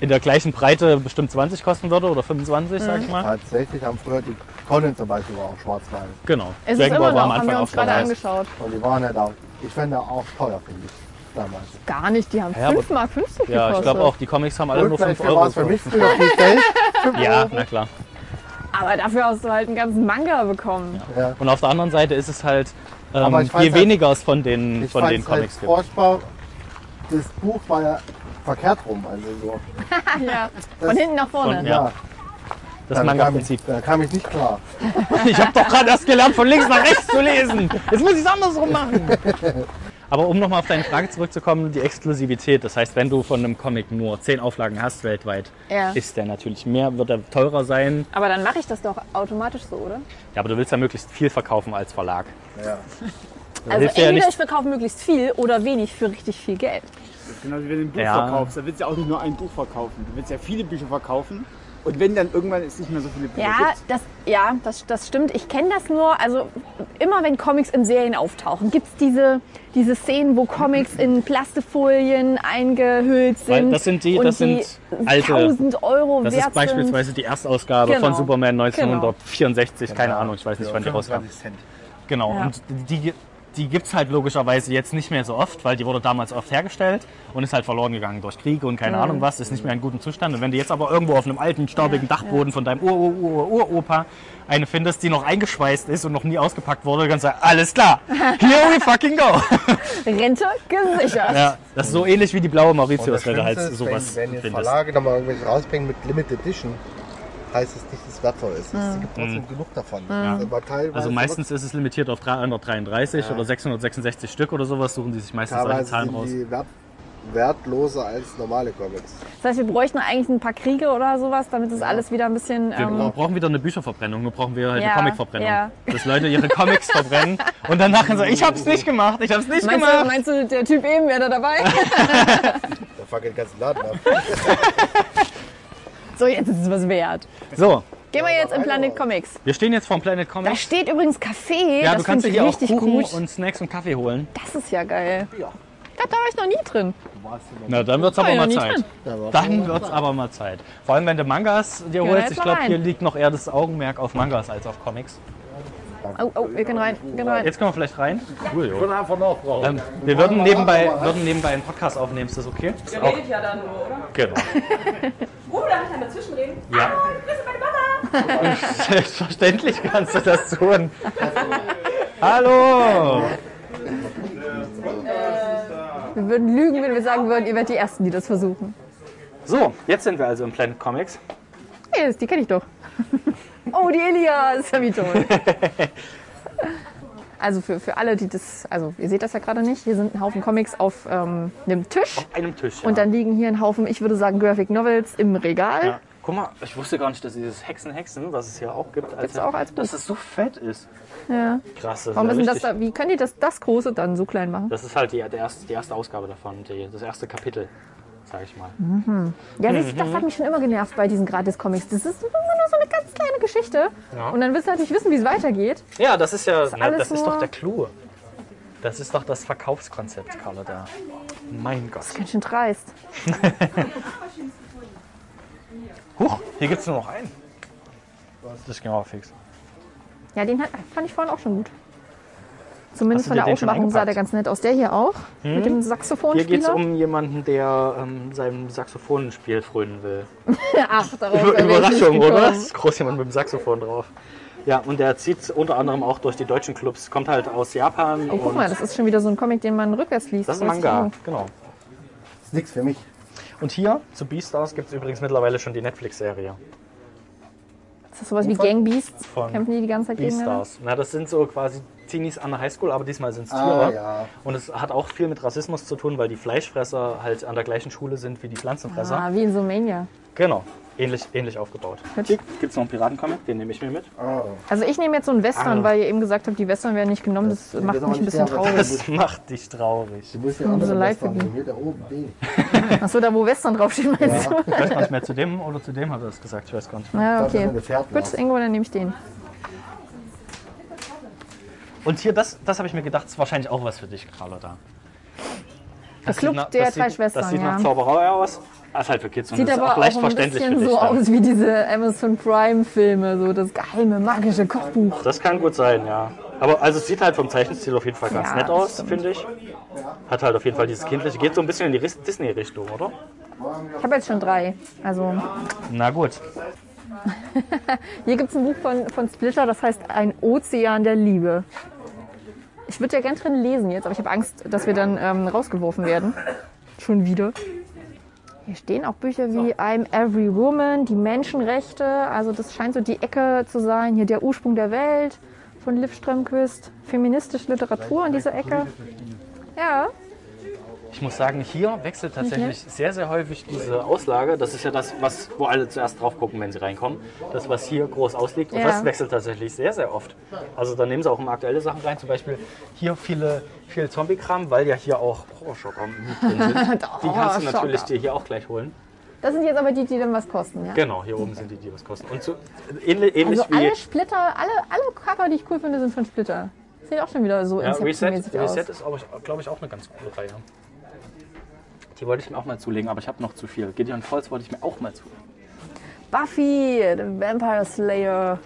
Speaker 1: in der gleichen Breite bestimmt 20 kosten würde oder 25,
Speaker 2: Hm.
Speaker 1: sag ich mal.
Speaker 3: Tatsächlich haben früher die Conan zum Beispiel war auch schwarz-weiß.
Speaker 1: Genau.
Speaker 2: Ist es immer noch, haben wir uns
Speaker 1: auch
Speaker 2: gerade
Speaker 1: schwarz-weiß.
Speaker 2: angeschaut.
Speaker 3: Und die waren halt auch, ich fände auch teuer, finde ich, damals.
Speaker 2: Gar nicht, die haben
Speaker 1: Ja, aber-
Speaker 2: 5 Mark 50
Speaker 1: Ja, ich
Speaker 2: gekostet.
Speaker 1: glaube auch, die Comics haben alle nur 5
Speaker 3: vielleicht
Speaker 1: Euro.
Speaker 3: war es für mich früher viel Geld.
Speaker 1: Ja, na klar.
Speaker 2: Aber dafür hast du halt einen ganzen Manga bekommen.
Speaker 3: Ja.
Speaker 1: Und auf der anderen Seite ist es halt, ähm,
Speaker 3: Aber ich
Speaker 1: je
Speaker 3: fand's halt-
Speaker 1: weniger es von den,
Speaker 3: Ich
Speaker 1: von den
Speaker 3: fand halt
Speaker 1: Comics gibt.
Speaker 3: furchtbar, das Buch war ja verkehrt rum, also so.
Speaker 2: Ja. Von hinten nach vorne.
Speaker 1: Von- Ja. Das
Speaker 3: da kam, ich,
Speaker 1: Manga-Prinzip.
Speaker 3: da kam ich nicht klar.
Speaker 1: Ich habe doch gerade erst gelernt, von links nach rechts zu lesen. Jetzt muss ich es andersrum machen. Aber um nochmal auf deine Frage zurückzukommen, die Exklusivität. Das heißt, wenn du von einem Comic nur 10 Auflagen hast weltweit,
Speaker 2: Ja.
Speaker 1: ist der natürlich mehr, wird er teurer sein.
Speaker 2: Aber dann mache ich das doch automatisch so, oder?
Speaker 1: Ja, aber du willst ja möglichst viel verkaufen als Verlag.
Speaker 3: Ja.
Speaker 2: Also
Speaker 1: hilft dir ja
Speaker 2: entweder
Speaker 1: nicht.
Speaker 2: ich verkaufe möglichst viel oder wenig für richtig viel Geld.
Speaker 5: Genau wie wenn du ein Buch
Speaker 1: Ja.
Speaker 5: verkaufst, dann willst du ja auch nicht nur ein Buch verkaufen. Du willst ja viele Bücher verkaufen. Und wenn dann irgendwann es nicht mehr so viele Bücher
Speaker 2: Ja,
Speaker 5: gibt,
Speaker 2: das, ja, das, das stimmt. Ich kenne das nur, also immer wenn Comics in Serien auftauchen, gibt es diese, diese Szenen, wo Comics in Plastefolien eingehüllt
Speaker 1: Weil
Speaker 2: sind.
Speaker 1: das sind die-
Speaker 2: und
Speaker 1: das sind alte-
Speaker 2: 1000 Euro
Speaker 1: Das
Speaker 2: wert
Speaker 1: ist beispielsweise die Erstausgabe von
Speaker 2: Genau.
Speaker 1: Superman
Speaker 2: Genau.
Speaker 1: 1964. Keine
Speaker 3: Genau.
Speaker 1: Ahnung, ich weiß nicht, wann die rauskam.
Speaker 4: 25 Cent.
Speaker 1: Genau,
Speaker 2: Ja.
Speaker 1: und die, die gibt es halt logischerweise jetzt nicht mehr so oft, weil die wurde damals oft hergestellt und ist halt verloren gegangen durch Kriege und keine Ahnung was, ist nicht mehr in gutem Zustand. Und wenn du jetzt aber irgendwo auf einem alten, staubigen Dachboden von deinem Ur-Ur-Ur-Uropa eine findest, die noch eingeschweißt ist und noch nie ausgepackt wurde, kannst du sagen, alles klar, here we fucking go.
Speaker 2: sind. Rente gesichert.
Speaker 1: Ja, das ist so ähnlich wie die blaue
Speaker 3: Und das
Speaker 1: Mauritius, wenn du halt
Speaker 3: Schlimmste ist,
Speaker 1: sowas
Speaker 3: wenn, wenn jetzt
Speaker 1: findest.
Speaker 3: Verlage nochmal irgendwelche rausbringen mit Limited Edition, heißt es nicht, dass es wertvoll ist. Es gibt trotzdem genug davon. Das ist aber teilweise
Speaker 1: Mhm. Also meistens ist es limitiert auf 333 oder 666 Stück oder sowas, suchen die sich meistens solche
Speaker 3: teilweise
Speaker 1: halt Zahlen
Speaker 3: sind
Speaker 1: raus.
Speaker 3: die wert, wertloser als normale Comics.
Speaker 2: Das heißt, wir bräuchten eigentlich ein paar Kriege oder sowas, damit das alles wieder ein bisschen.
Speaker 1: Wir
Speaker 2: Ähm,
Speaker 1: bra- brauchen wieder eine Bücherverbrennung, nur brauchen wir halt
Speaker 2: Ja,
Speaker 1: eine Comicverbrennung.
Speaker 2: ja.
Speaker 1: Dass Leute ihre Comics verbrennen und danach sagen, ich hab's nicht gemacht, ich hab's nicht
Speaker 2: meinst, du,
Speaker 1: gemacht.
Speaker 2: meinst du, der Typ eben wäre da dabei?
Speaker 3: Da fuck den ganzen Laden ab.
Speaker 2: so, jetzt ist es was wert.
Speaker 1: So,
Speaker 2: Gehen wir jetzt in
Speaker 1: also-
Speaker 2: Planet Comics.
Speaker 1: wir stehen jetzt vorm Planet
Speaker 2: Da
Speaker 1: Comics.
Speaker 2: steht übrigens Kaffee.
Speaker 1: Ja,
Speaker 2: das
Speaker 1: du kannst dir
Speaker 2: finde ich
Speaker 1: hier auch
Speaker 2: richtig
Speaker 1: Kuchen
Speaker 2: gut.
Speaker 1: und Snacks und Kaffee holen.
Speaker 2: Das ist ja geil. Da war ich noch nie drin.
Speaker 1: Na, dann wird's aber
Speaker 2: ja
Speaker 1: mal
Speaker 2: nie
Speaker 1: Zeit.
Speaker 2: dran.
Speaker 1: Dann wird's aber mal Zeit. Vor allem, wenn du Mangas dir
Speaker 2: Gehen wir
Speaker 1: holst.
Speaker 2: jetzt
Speaker 1: Ich
Speaker 2: mal
Speaker 1: glaube,
Speaker 2: rein.
Speaker 1: hier liegt noch eher das Augenmerk auf Mangas als auf Comics.
Speaker 2: Oh, oh, wir können rein. Wir können rein.
Speaker 1: Jetzt können wir vielleicht rein. Cool, jo.
Speaker 3: Einfach noch brauchen.
Speaker 1: Ähm, wir würden nebenbei, würden nebenbei einen Podcast aufnehmen, ist das okay? Ist auch,
Speaker 6: ja dann nur, oder?
Speaker 1: genau.
Speaker 6: Oh, darf ich dann dazwischen reden?
Speaker 1: Ja.
Speaker 6: Ah, grüße meine Mama!
Speaker 1: Selbstverständlich kannst du das tun. Hallo!
Speaker 2: Wir würden lügen, wenn wir sagen würden, ihr werdet die Ersten, die das versuchen.
Speaker 1: So, jetzt sind wir also im Planet Comics.
Speaker 2: Yes, die kenne ich doch. Oh, die Elias. Wie toll. Also für, für alle, die das, also ihr seht das ja gerade nicht, hier sind ein Haufen Comics auf ähm, einem Tisch
Speaker 1: Einem Tisch. Ja.
Speaker 2: und dann liegen hier ein Haufen, ich würde sagen, Graphic Novels im Regal.
Speaker 1: ja. Guck mal, ich wusste gar nicht, dass dieses Hexen Hexen, was es hier auch gibt,
Speaker 2: Gibt's auch als Buch.
Speaker 1: dass es so fett ist.
Speaker 2: Ja.
Speaker 1: Krass. Das
Speaker 2: Warum
Speaker 1: ist
Speaker 2: ist denn
Speaker 1: ja
Speaker 2: das
Speaker 1: richtig-
Speaker 2: da, wie können die das, das große dann so klein machen?
Speaker 1: das ist halt die, der erste, die erste Ausgabe davon, die, das erste Kapitel, sag ich mal.
Speaker 2: Ja, das,
Speaker 1: Mhm.
Speaker 2: das hat mich schon immer genervt bei diesen Gratis-Comics. Das ist immer nur so eine ganz kleine Geschichte.
Speaker 1: Ja.
Speaker 2: Und dann willst du natürlich wissen, wie es weitergeht.
Speaker 1: Ja, das ist ja, na,
Speaker 2: alles
Speaker 1: das ist
Speaker 2: nur-
Speaker 1: doch der Clou. Das ist doch das Verkaufskonzept, Carlo, da. Mein Gott.
Speaker 2: Ganz schön dreist.
Speaker 1: Huch, hier gibt's nur noch einen. Das ist genau fix.
Speaker 2: Ja, den hat, fand ich vorhin auch schon gut. Zumindest
Speaker 1: Hast
Speaker 2: von
Speaker 1: du dir
Speaker 2: der
Speaker 1: den schon
Speaker 2: Aufmachung sah der
Speaker 1: eingepackt? Hm?
Speaker 2: ganz nett aus. Der hier auch, mit dem
Speaker 1: Hier geht's
Speaker 2: Saxophonspieler.
Speaker 1: um jemanden, der ähm, seinem Saxophonenspiel frönen will.
Speaker 2: Ach, darauf
Speaker 1: Über
Speaker 2: wäre ich nicht
Speaker 1: Überraschung, oder?
Speaker 2: gekommen.
Speaker 1: Ist groß jemand mit dem Saxophon drauf. Ja, und der zieht unter anderem auch durch die deutschen Clubs. Kommt halt aus Japan.
Speaker 2: Oh, guck
Speaker 1: und
Speaker 2: mal, das ist schon wieder so ein Comic, den man rückwärts liest.
Speaker 1: das ist ein
Speaker 2: Weiß ich
Speaker 1: Manga,
Speaker 2: auch.
Speaker 1: genau.
Speaker 3: ist nichts für mich.
Speaker 1: Und hier zu Beastars gibt es übrigens mittlerweile schon die Netflix-Serie.
Speaker 2: Ist das sowas wie Gang Beasts?
Speaker 1: Von
Speaker 2: Kämpfen die die ganze Zeit gegeneinander?
Speaker 1: Beastars. Na, das sind so quasi Teenies an der Highschool, aber diesmal sind es Tiere.
Speaker 3: Ah, ja.
Speaker 1: Und es hat auch viel mit Rassismus zu tun, weil die Fleischfresser halt an der gleichen Schule sind wie die Pflanzenfresser.
Speaker 2: Ah, wie in so Mania.
Speaker 1: Genau. Ähnlich, ähnlich aufgebaut.
Speaker 2: Gut.
Speaker 1: Hier gibt es noch einen Piratencomic, den nehme ich mir mit.
Speaker 2: Also ich nehme jetzt so einen
Speaker 1: Ah.
Speaker 2: Western, weil ihr eben gesagt habt, die Western werden nicht genommen. Das,
Speaker 3: Das-
Speaker 2: macht
Speaker 3: das ist
Speaker 2: mich
Speaker 3: aber
Speaker 2: ein bisschen
Speaker 3: nicht der, aber-
Speaker 2: traurig.
Speaker 1: Das macht dich traurig.
Speaker 3: Du musst ja
Speaker 2: Muss
Speaker 3: andere
Speaker 2: so live
Speaker 3: Western
Speaker 2: gehen.
Speaker 3: nehmen. Hier da oben, den.
Speaker 2: Achso, da wo Western draufsteht, meinst du?
Speaker 1: Ich weiß gar nicht mehr, zu dem oder zu dem hat er das gesagt. Ich weiß gar nicht mehr.
Speaker 2: Ja,
Speaker 3: Das ist
Speaker 2: Ah, okay.
Speaker 3: eine Fährten.
Speaker 2: Gut, Ingo, dann nehme ich den.
Speaker 1: Und hier, das, das habe ich mir gedacht, ist wahrscheinlich auch was für dich, Carlotta.
Speaker 2: Der
Speaker 1: Das sieht
Speaker 2: Club
Speaker 1: nach-
Speaker 2: der
Speaker 1: das sieht-
Speaker 2: drei Schwestern,
Speaker 1: Das sieht
Speaker 2: ja.
Speaker 1: nach Zauberei aus. Das ist halt für Kids und
Speaker 2: Sieht
Speaker 1: das ist
Speaker 2: aber
Speaker 1: auch
Speaker 2: auch
Speaker 1: leicht
Speaker 2: ein
Speaker 1: verständlich für
Speaker 2: bisschen
Speaker 1: dich.
Speaker 2: so
Speaker 1: dann.
Speaker 2: aus wie diese Amazon Prime-Filme, so das geheime magische Kochbuch.
Speaker 1: Das kann gut sein, ja. Aber also es sieht halt vom Zeichenstil auf jeden Fall ganz
Speaker 2: Ja,
Speaker 1: nett
Speaker 2: das
Speaker 1: aus,
Speaker 2: stimmt.
Speaker 1: finde ich. Hat halt auf jeden Fall dieses kindliche. Geht so ein bisschen in die Ris- Disney-Richtung, oder?
Speaker 2: Ich habe jetzt schon drei. Also
Speaker 1: Na gut.
Speaker 2: hier gibt es ein Buch von, von Splitter, das heißt Ein Ozean der Liebe. Ich würde ja gern drin lesen jetzt, aber ich habe Angst, dass wir dann ähm, rausgeworfen werden. Schon wieder. Hier stehen auch Bücher wie I'm Every Woman, die Menschenrechte. Also das scheint so die Ecke zu sein. Hier der Ursprung der Welt von Liv Strömquist. Feministische Literatur in dieser Ecke. Ja.
Speaker 1: Ich muss sagen, hier wechselt tatsächlich sehr, sehr häufig diese Auslage. Das ist ja das, was, wo alle zuerst drauf gucken, wenn sie reinkommen. Das, was hier groß ausliegt. Und
Speaker 2: Ja.
Speaker 1: das wechselt tatsächlich sehr, sehr oft. Also da nehmen sie auch immer aktuelle Sachen rein. Zum Beispiel hier viele, viel Zombie-Kram, weil ja hier auch Horrorschocker mit drin sind. Die kannst du
Speaker 2: Oh,
Speaker 1: natürlich dir hier auch gleich holen.
Speaker 2: Das sind jetzt aber die, die dann was kosten, ja?
Speaker 1: Genau, hier oben sind die, die was kosten. Und so, ähnlich, ähnlich
Speaker 2: Also
Speaker 1: wie...
Speaker 2: alle Splitter, alle, alle Cover, die ich cool finde, sind von Splitter. Sieht auch schon wieder so
Speaker 1: Ja, Reset,
Speaker 2: Inception-mäßig aus.
Speaker 1: Reset ist, glaube ich, auch eine ganz coole Reihe. Die wollte ich mir auch mal zulegen, aber ich habe noch zu viel. Gideon Falls wollte ich mir auch mal zulegen.
Speaker 2: Buffy, The Vampire Slayer.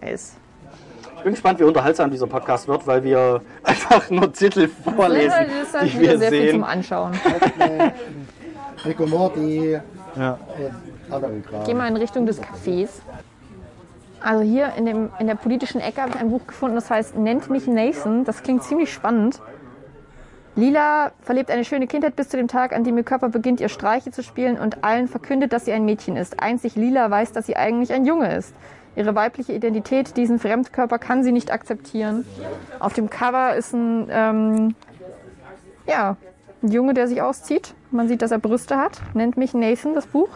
Speaker 2: Nice.
Speaker 1: Ich bin gespannt, wie unterhaltsam dieser Podcast wird, weil wir einfach nur Titel vorlesen,
Speaker 2: das ist halt
Speaker 1: die
Speaker 2: wieder
Speaker 1: wir
Speaker 2: sehr viel zum
Speaker 1: sehen.
Speaker 2: Anschauen.
Speaker 3: Rick und Morty. Und andere Kram.
Speaker 2: Geh mal in Richtung des Cafés. Also hier in, dem, in der politischen Ecke habe ich ein Buch gefunden, das heißt Nennt mich Nathan. Das klingt ziemlich spannend. Lila verlebt eine schöne Kindheit bis zu dem Tag, an dem ihr Körper beginnt, ihr Streiche zu spielen und allen verkündet, dass sie ein Mädchen ist. Einzig Lila weiß, dass sie eigentlich ein Junge ist. Ihre weibliche Identität, diesen Fremdkörper, kann sie nicht akzeptieren. Auf dem Cover ist ein, ähm, ja, ein Junge, der sich auszieht. Man sieht, dass er Brüste hat. Nennt mich Nathan, das Buch.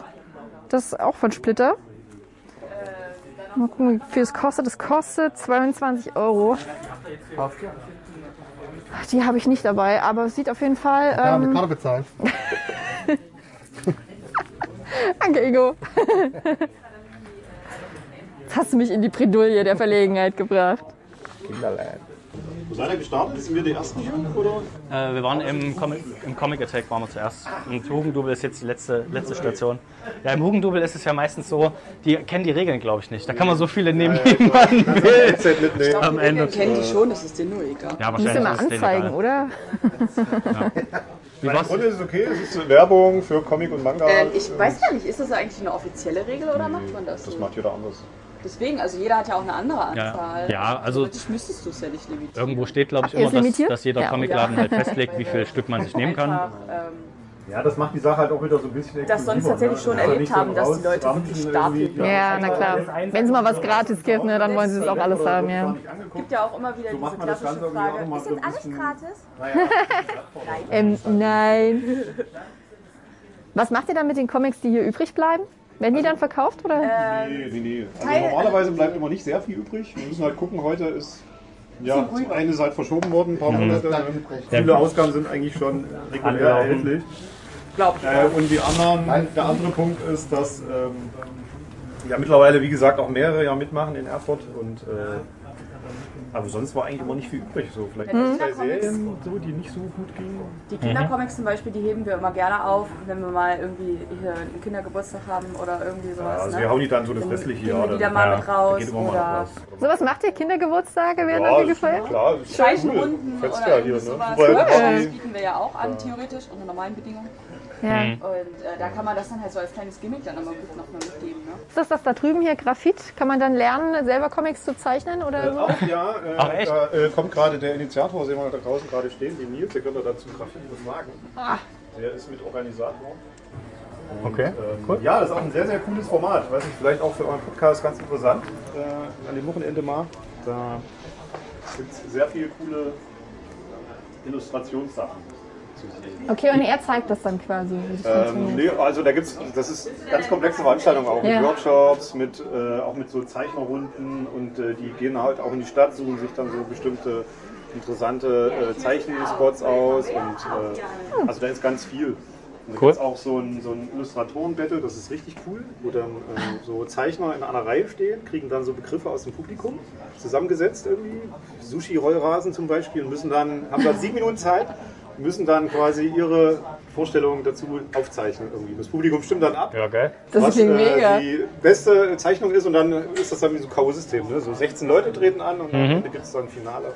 Speaker 2: Das ist auch von Splitter. Mal gucken, wie viel es kostet. Es kostet 22 Euro. Ach, Die habe ich nicht dabei, aber es sieht auf jeden Fall.
Speaker 3: Ja, mit
Speaker 2: Ähm,
Speaker 3: Karte bezahlen.
Speaker 2: danke, Ego. Jetzt hast du mich in die Bredouille der Verlegenheit gebracht.
Speaker 3: Kinderlein.
Speaker 4: Seid ihr gestartet? Sind wir die ersten hier? Oder?
Speaker 1: Äh, wir waren im Comic, im Comic Attack waren wir zuerst. Und Hugendubel ist jetzt die letzte, letzte Station. Ja, im Hugendubel ist es ja meistens so, die kennen die Regeln, glaube ich, nicht. Da kann man so viele nehmen, wie man will. Am Ende.
Speaker 7: kennen die schon, das ist denen nur egal.
Speaker 1: Ja,
Speaker 2: Müsst ihr
Speaker 1: wahrscheinlich
Speaker 2: mal
Speaker 1: ist es denen
Speaker 2: anzeigen,
Speaker 1: egal.
Speaker 2: oder?
Speaker 1: Wie war's?
Speaker 8: Grunde ist es okay, es ist Werbung für Comic und Manga.
Speaker 7: Äh, ich weiß gar nicht, ist das eigentlich eine offizielle Regel oder macht man das?
Speaker 8: das
Speaker 7: so?
Speaker 8: macht jeder anders.
Speaker 7: Deswegen, also jeder hat ja auch eine andere Anzahl.
Speaker 1: Ja, also-
Speaker 7: Theoretisch müsstest du es ja nicht limitieren.
Speaker 1: Irgendwo steht, glaube ich,
Speaker 2: Habt ihr
Speaker 1: immer,
Speaker 2: es
Speaker 1: dass,
Speaker 2: limitiert?
Speaker 1: dass jeder
Speaker 2: Ja.
Speaker 1: Comicladen halt festlegt, wie viel Stück man sich nehmen kann.
Speaker 7: Einfach, ähm,
Speaker 8: Ja, das macht die Sache halt auch wieder so ein bisschen
Speaker 7: Das sonst
Speaker 8: exklusiver,
Speaker 7: tatsächlich
Speaker 8: ne?
Speaker 7: schon
Speaker 8: Das ist
Speaker 7: erlebt
Speaker 8: nicht so
Speaker 7: haben, dass die
Speaker 8: raus-
Speaker 7: Leute
Speaker 8: rampfen
Speaker 7: wirklich
Speaker 8: irgendwie,
Speaker 7: stapeln.
Speaker 8: ja.
Speaker 2: Ja, na klar. Wenn es mal was gratis gibt, ne, dann wollen sie es auch alles haben, ja.
Speaker 7: gibt ja auch immer wieder
Speaker 8: So
Speaker 7: diese
Speaker 8: macht man das
Speaker 7: klassische
Speaker 8: Ganze irgendwie auch
Speaker 7: Frage.
Speaker 8: nochmal
Speaker 7: Ist
Speaker 8: so ein
Speaker 7: jetzt alles
Speaker 8: bisschen-
Speaker 7: gratis?
Speaker 8: Naja,
Speaker 2: Ähm, nein. Was macht ihr dann mit den Comics, die hier übrig bleiben? Werden die dann verkauft oder?
Speaker 1: Äh.
Speaker 8: nee, nee, nee.
Speaker 7: ähm,
Speaker 8: Also
Speaker 7: Teil-
Speaker 8: normalerweise bleibt immer nicht sehr viel übrig. Wir müssen halt gucken, heute ist. Ja, das eine ist halt verschoben worden, ein paar Monate. Viele Ausgaben sind eigentlich schon regulär
Speaker 1: Angelaufen.
Speaker 8: erhältlich.
Speaker 7: Glaub ich.
Speaker 8: Äh, und die anderen, der andere Punkt ist, dass ähm, ja mittlerweile, wie gesagt, auch mehrere ja mitmachen in Erfurt. Und, äh, aber sonst war eigentlich immer nicht viel übrig. So vielleicht
Speaker 7: Mhm.
Speaker 8: ein, zwei
Speaker 7: Kindercomics.
Speaker 8: Serien, so, die nicht so gut gingen.
Speaker 7: Die Kindercomics zum Beispiel, die heben wir immer gerne auf, wenn wir mal irgendwie hier einen Kindergeburtstag haben oder irgendwie
Speaker 8: Ja,
Speaker 7: sowas.
Speaker 8: also
Speaker 7: ne?
Speaker 8: wir hauen die dann so eine
Speaker 7: Dann
Speaker 8: festliche
Speaker 7: gehen wir die
Speaker 8: ja,
Speaker 7: da mal
Speaker 1: ja,
Speaker 7: mit
Speaker 8: da
Speaker 7: raus
Speaker 8: geht immer mal
Speaker 7: oder
Speaker 8: was.
Speaker 2: Sowas macht ihr Kindergeburtstage, werden
Speaker 8: Ja,
Speaker 2: dann
Speaker 8: ist
Speaker 2: gefeiert?
Speaker 8: Klar, ist
Speaker 7: Scheichen
Speaker 8: cool.
Speaker 7: unten
Speaker 8: Fetzt
Speaker 7: oder
Speaker 8: ja
Speaker 7: irgendwie
Speaker 8: hier, ne?
Speaker 7: sowas.
Speaker 8: Überall
Speaker 7: Das
Speaker 8: Party.
Speaker 7: bieten wir ja auch an, theoretisch, unter normalen Bedingungen.
Speaker 2: Ja.
Speaker 8: Mhm.
Speaker 7: Und äh, da kann man das dann halt so als kleines Gimmick dann immer gut nochmal mitgeben. Ne?
Speaker 2: Ist das das da drüben hier, Graphit? Kann man dann lernen, selber Comics zu zeichnen oder so?
Speaker 8: Auch ja, äh,
Speaker 1: Ach, echt?
Speaker 8: da äh, kommt gerade der Initiator, sehen wir da draußen gerade stehen, den Nils, der könnte dazu Graffiti was sagen. Der ist mit Organisator.
Speaker 1: Okay.
Speaker 8: Ähm, Ja, das ist auch ein sehr, sehr cooles Format. Weiß ich, vielleicht auch für euren Podcast ganz interessant. Äh, an dem Wochenende mal. Da gibt es sehr viele coole Illustrationssachen zu sehen.
Speaker 2: Okay, und er zeigt das dann quasi. wie das
Speaker 8: Ähm,
Speaker 2: funktioniert.
Speaker 8: nee, also da gibt's, das ist ganz komplexe Veranstaltungen auch,
Speaker 2: Ja.
Speaker 8: mit Workshops, mit, äh, auch mit so Zeichnerrunden und äh, die gehen halt auch in die Stadt, suchen sich dann so bestimmte interessante äh, Zeichenspots aus und äh, also da ist ganz viel. Und da
Speaker 1: Cool.
Speaker 8: Also gibt's auch so ein, so ein Illustratoren-Battle, das ist richtig cool, wo dann äh, so Zeichner in einer Reihe stehen, kriegen dann so Begriffe aus dem Publikum zusammengesetzt irgendwie, Sushi-Rollrasen zum Beispiel und müssen dann, haben dann sieben Minuten Zeit müssen dann quasi ihre Vorstellungen dazu aufzeichnen. Irgendwie. Das Publikum stimmt dann ab,
Speaker 1: Ja, geil.
Speaker 2: Das
Speaker 8: was
Speaker 2: klingt
Speaker 8: äh,
Speaker 2: mega.
Speaker 8: die beste Zeichnung ist und dann ist das dann wie so ein K.O.-System. Ne? So 16 Leute treten an und
Speaker 1: Mhm.
Speaker 8: am Ende gibt es dann ein Finale.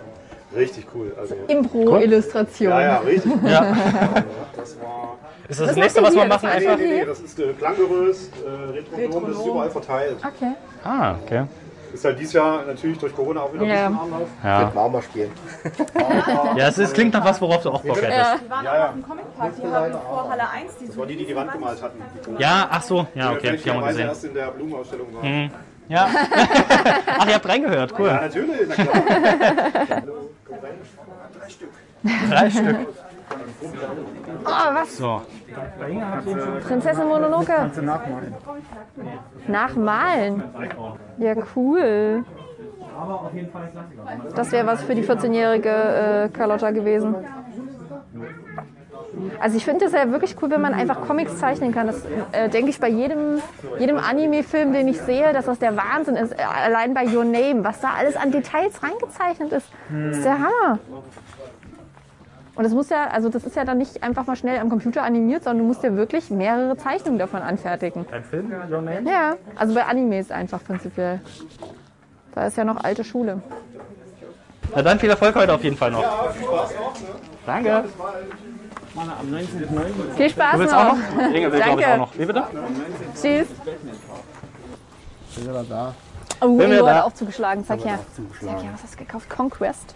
Speaker 8: Richtig cool. Also,
Speaker 2: Impro-Illustration.
Speaker 8: ja, ja, richtig.
Speaker 1: Ja.
Speaker 8: Das war.
Speaker 1: Ist das das
Speaker 2: macht
Speaker 1: nächste,
Speaker 2: ihr
Speaker 1: was wir machen?
Speaker 2: hier? Das macht ihr
Speaker 1: Einfach?
Speaker 8: Nee, nee, nee, das ist äh, Klanggerös, äh, Retronom, das ist überall verteilt.
Speaker 2: Okay.
Speaker 1: Ah, okay.
Speaker 8: Ist halt dieses Jahr natürlich durch Corona auch wieder ein
Speaker 2: Ja.
Speaker 8: bisschen Anlauf.
Speaker 1: Ja,
Speaker 3: Mal auch mal spielen.
Speaker 1: ja es, ist, klingt nach was, worauf du auch Bock hättest.
Speaker 7: Die waren
Speaker 8: Ja,
Speaker 7: auch
Speaker 8: ja.
Speaker 7: auf dem Comic Park, die haben vor Halle 1 diese
Speaker 8: Das waren die, die die Wand gemalt hatten. Die
Speaker 1: Ja, ach so. Ja, okay. Ich hab mal
Speaker 8: fälschlicherweise
Speaker 1: gesehen. Hm.
Speaker 8: erst in der Blumenausstellung waren.
Speaker 1: Ja. Ach, ihr habt reingehört. Cool.
Speaker 8: Ja, natürlich, na klar. Hallo, komm rein. Drei Stück.
Speaker 1: Drei Stück.
Speaker 2: Oh, was?
Speaker 1: So.
Speaker 2: Prinzessin Mononoke.
Speaker 5: Nachmalen.
Speaker 2: Nachmalen. Ja, cool. Das wäre was für die 14-jährige äh, Carlotta gewesen. Also ich finde es ja wirklich cool, wenn man einfach Comics zeichnen kann. Das äh, denke ich bei jedem, jedem Anime-Film, den ich sehe, dass das der Wahnsinn ist. Äh, Allein bei Your Name, was da alles an Details reingezeichnet ist, ist der Hammer. Und das muss ja, also das ist ja dann nicht einfach mal schnell am Computer animiert, sondern du musst ja wirklich mehrere Zeichnungen davon anfertigen.
Speaker 1: Ein Film, Your Name?
Speaker 2: Ja, also bei Animes einfach prinzipiell. Da ist ja noch alte Schule.
Speaker 1: Na dann viel Erfolg heute auf jeden Fall noch. Danke.
Speaker 5: Am 19.09.
Speaker 2: Viel Spaß
Speaker 1: Du willst
Speaker 2: noch.
Speaker 1: auch noch? Inge will, glaube ich,
Speaker 2: Danke.
Speaker 1: auch noch. Wie bitte?
Speaker 2: Tschüss.
Speaker 3: Sind wir da?
Speaker 2: Oh,
Speaker 1: Bin wieder
Speaker 2: Rio hat
Speaker 1: da.
Speaker 2: auch zugeschlagen. Zeig her. Zeig her, was hast du gekauft? Conquest.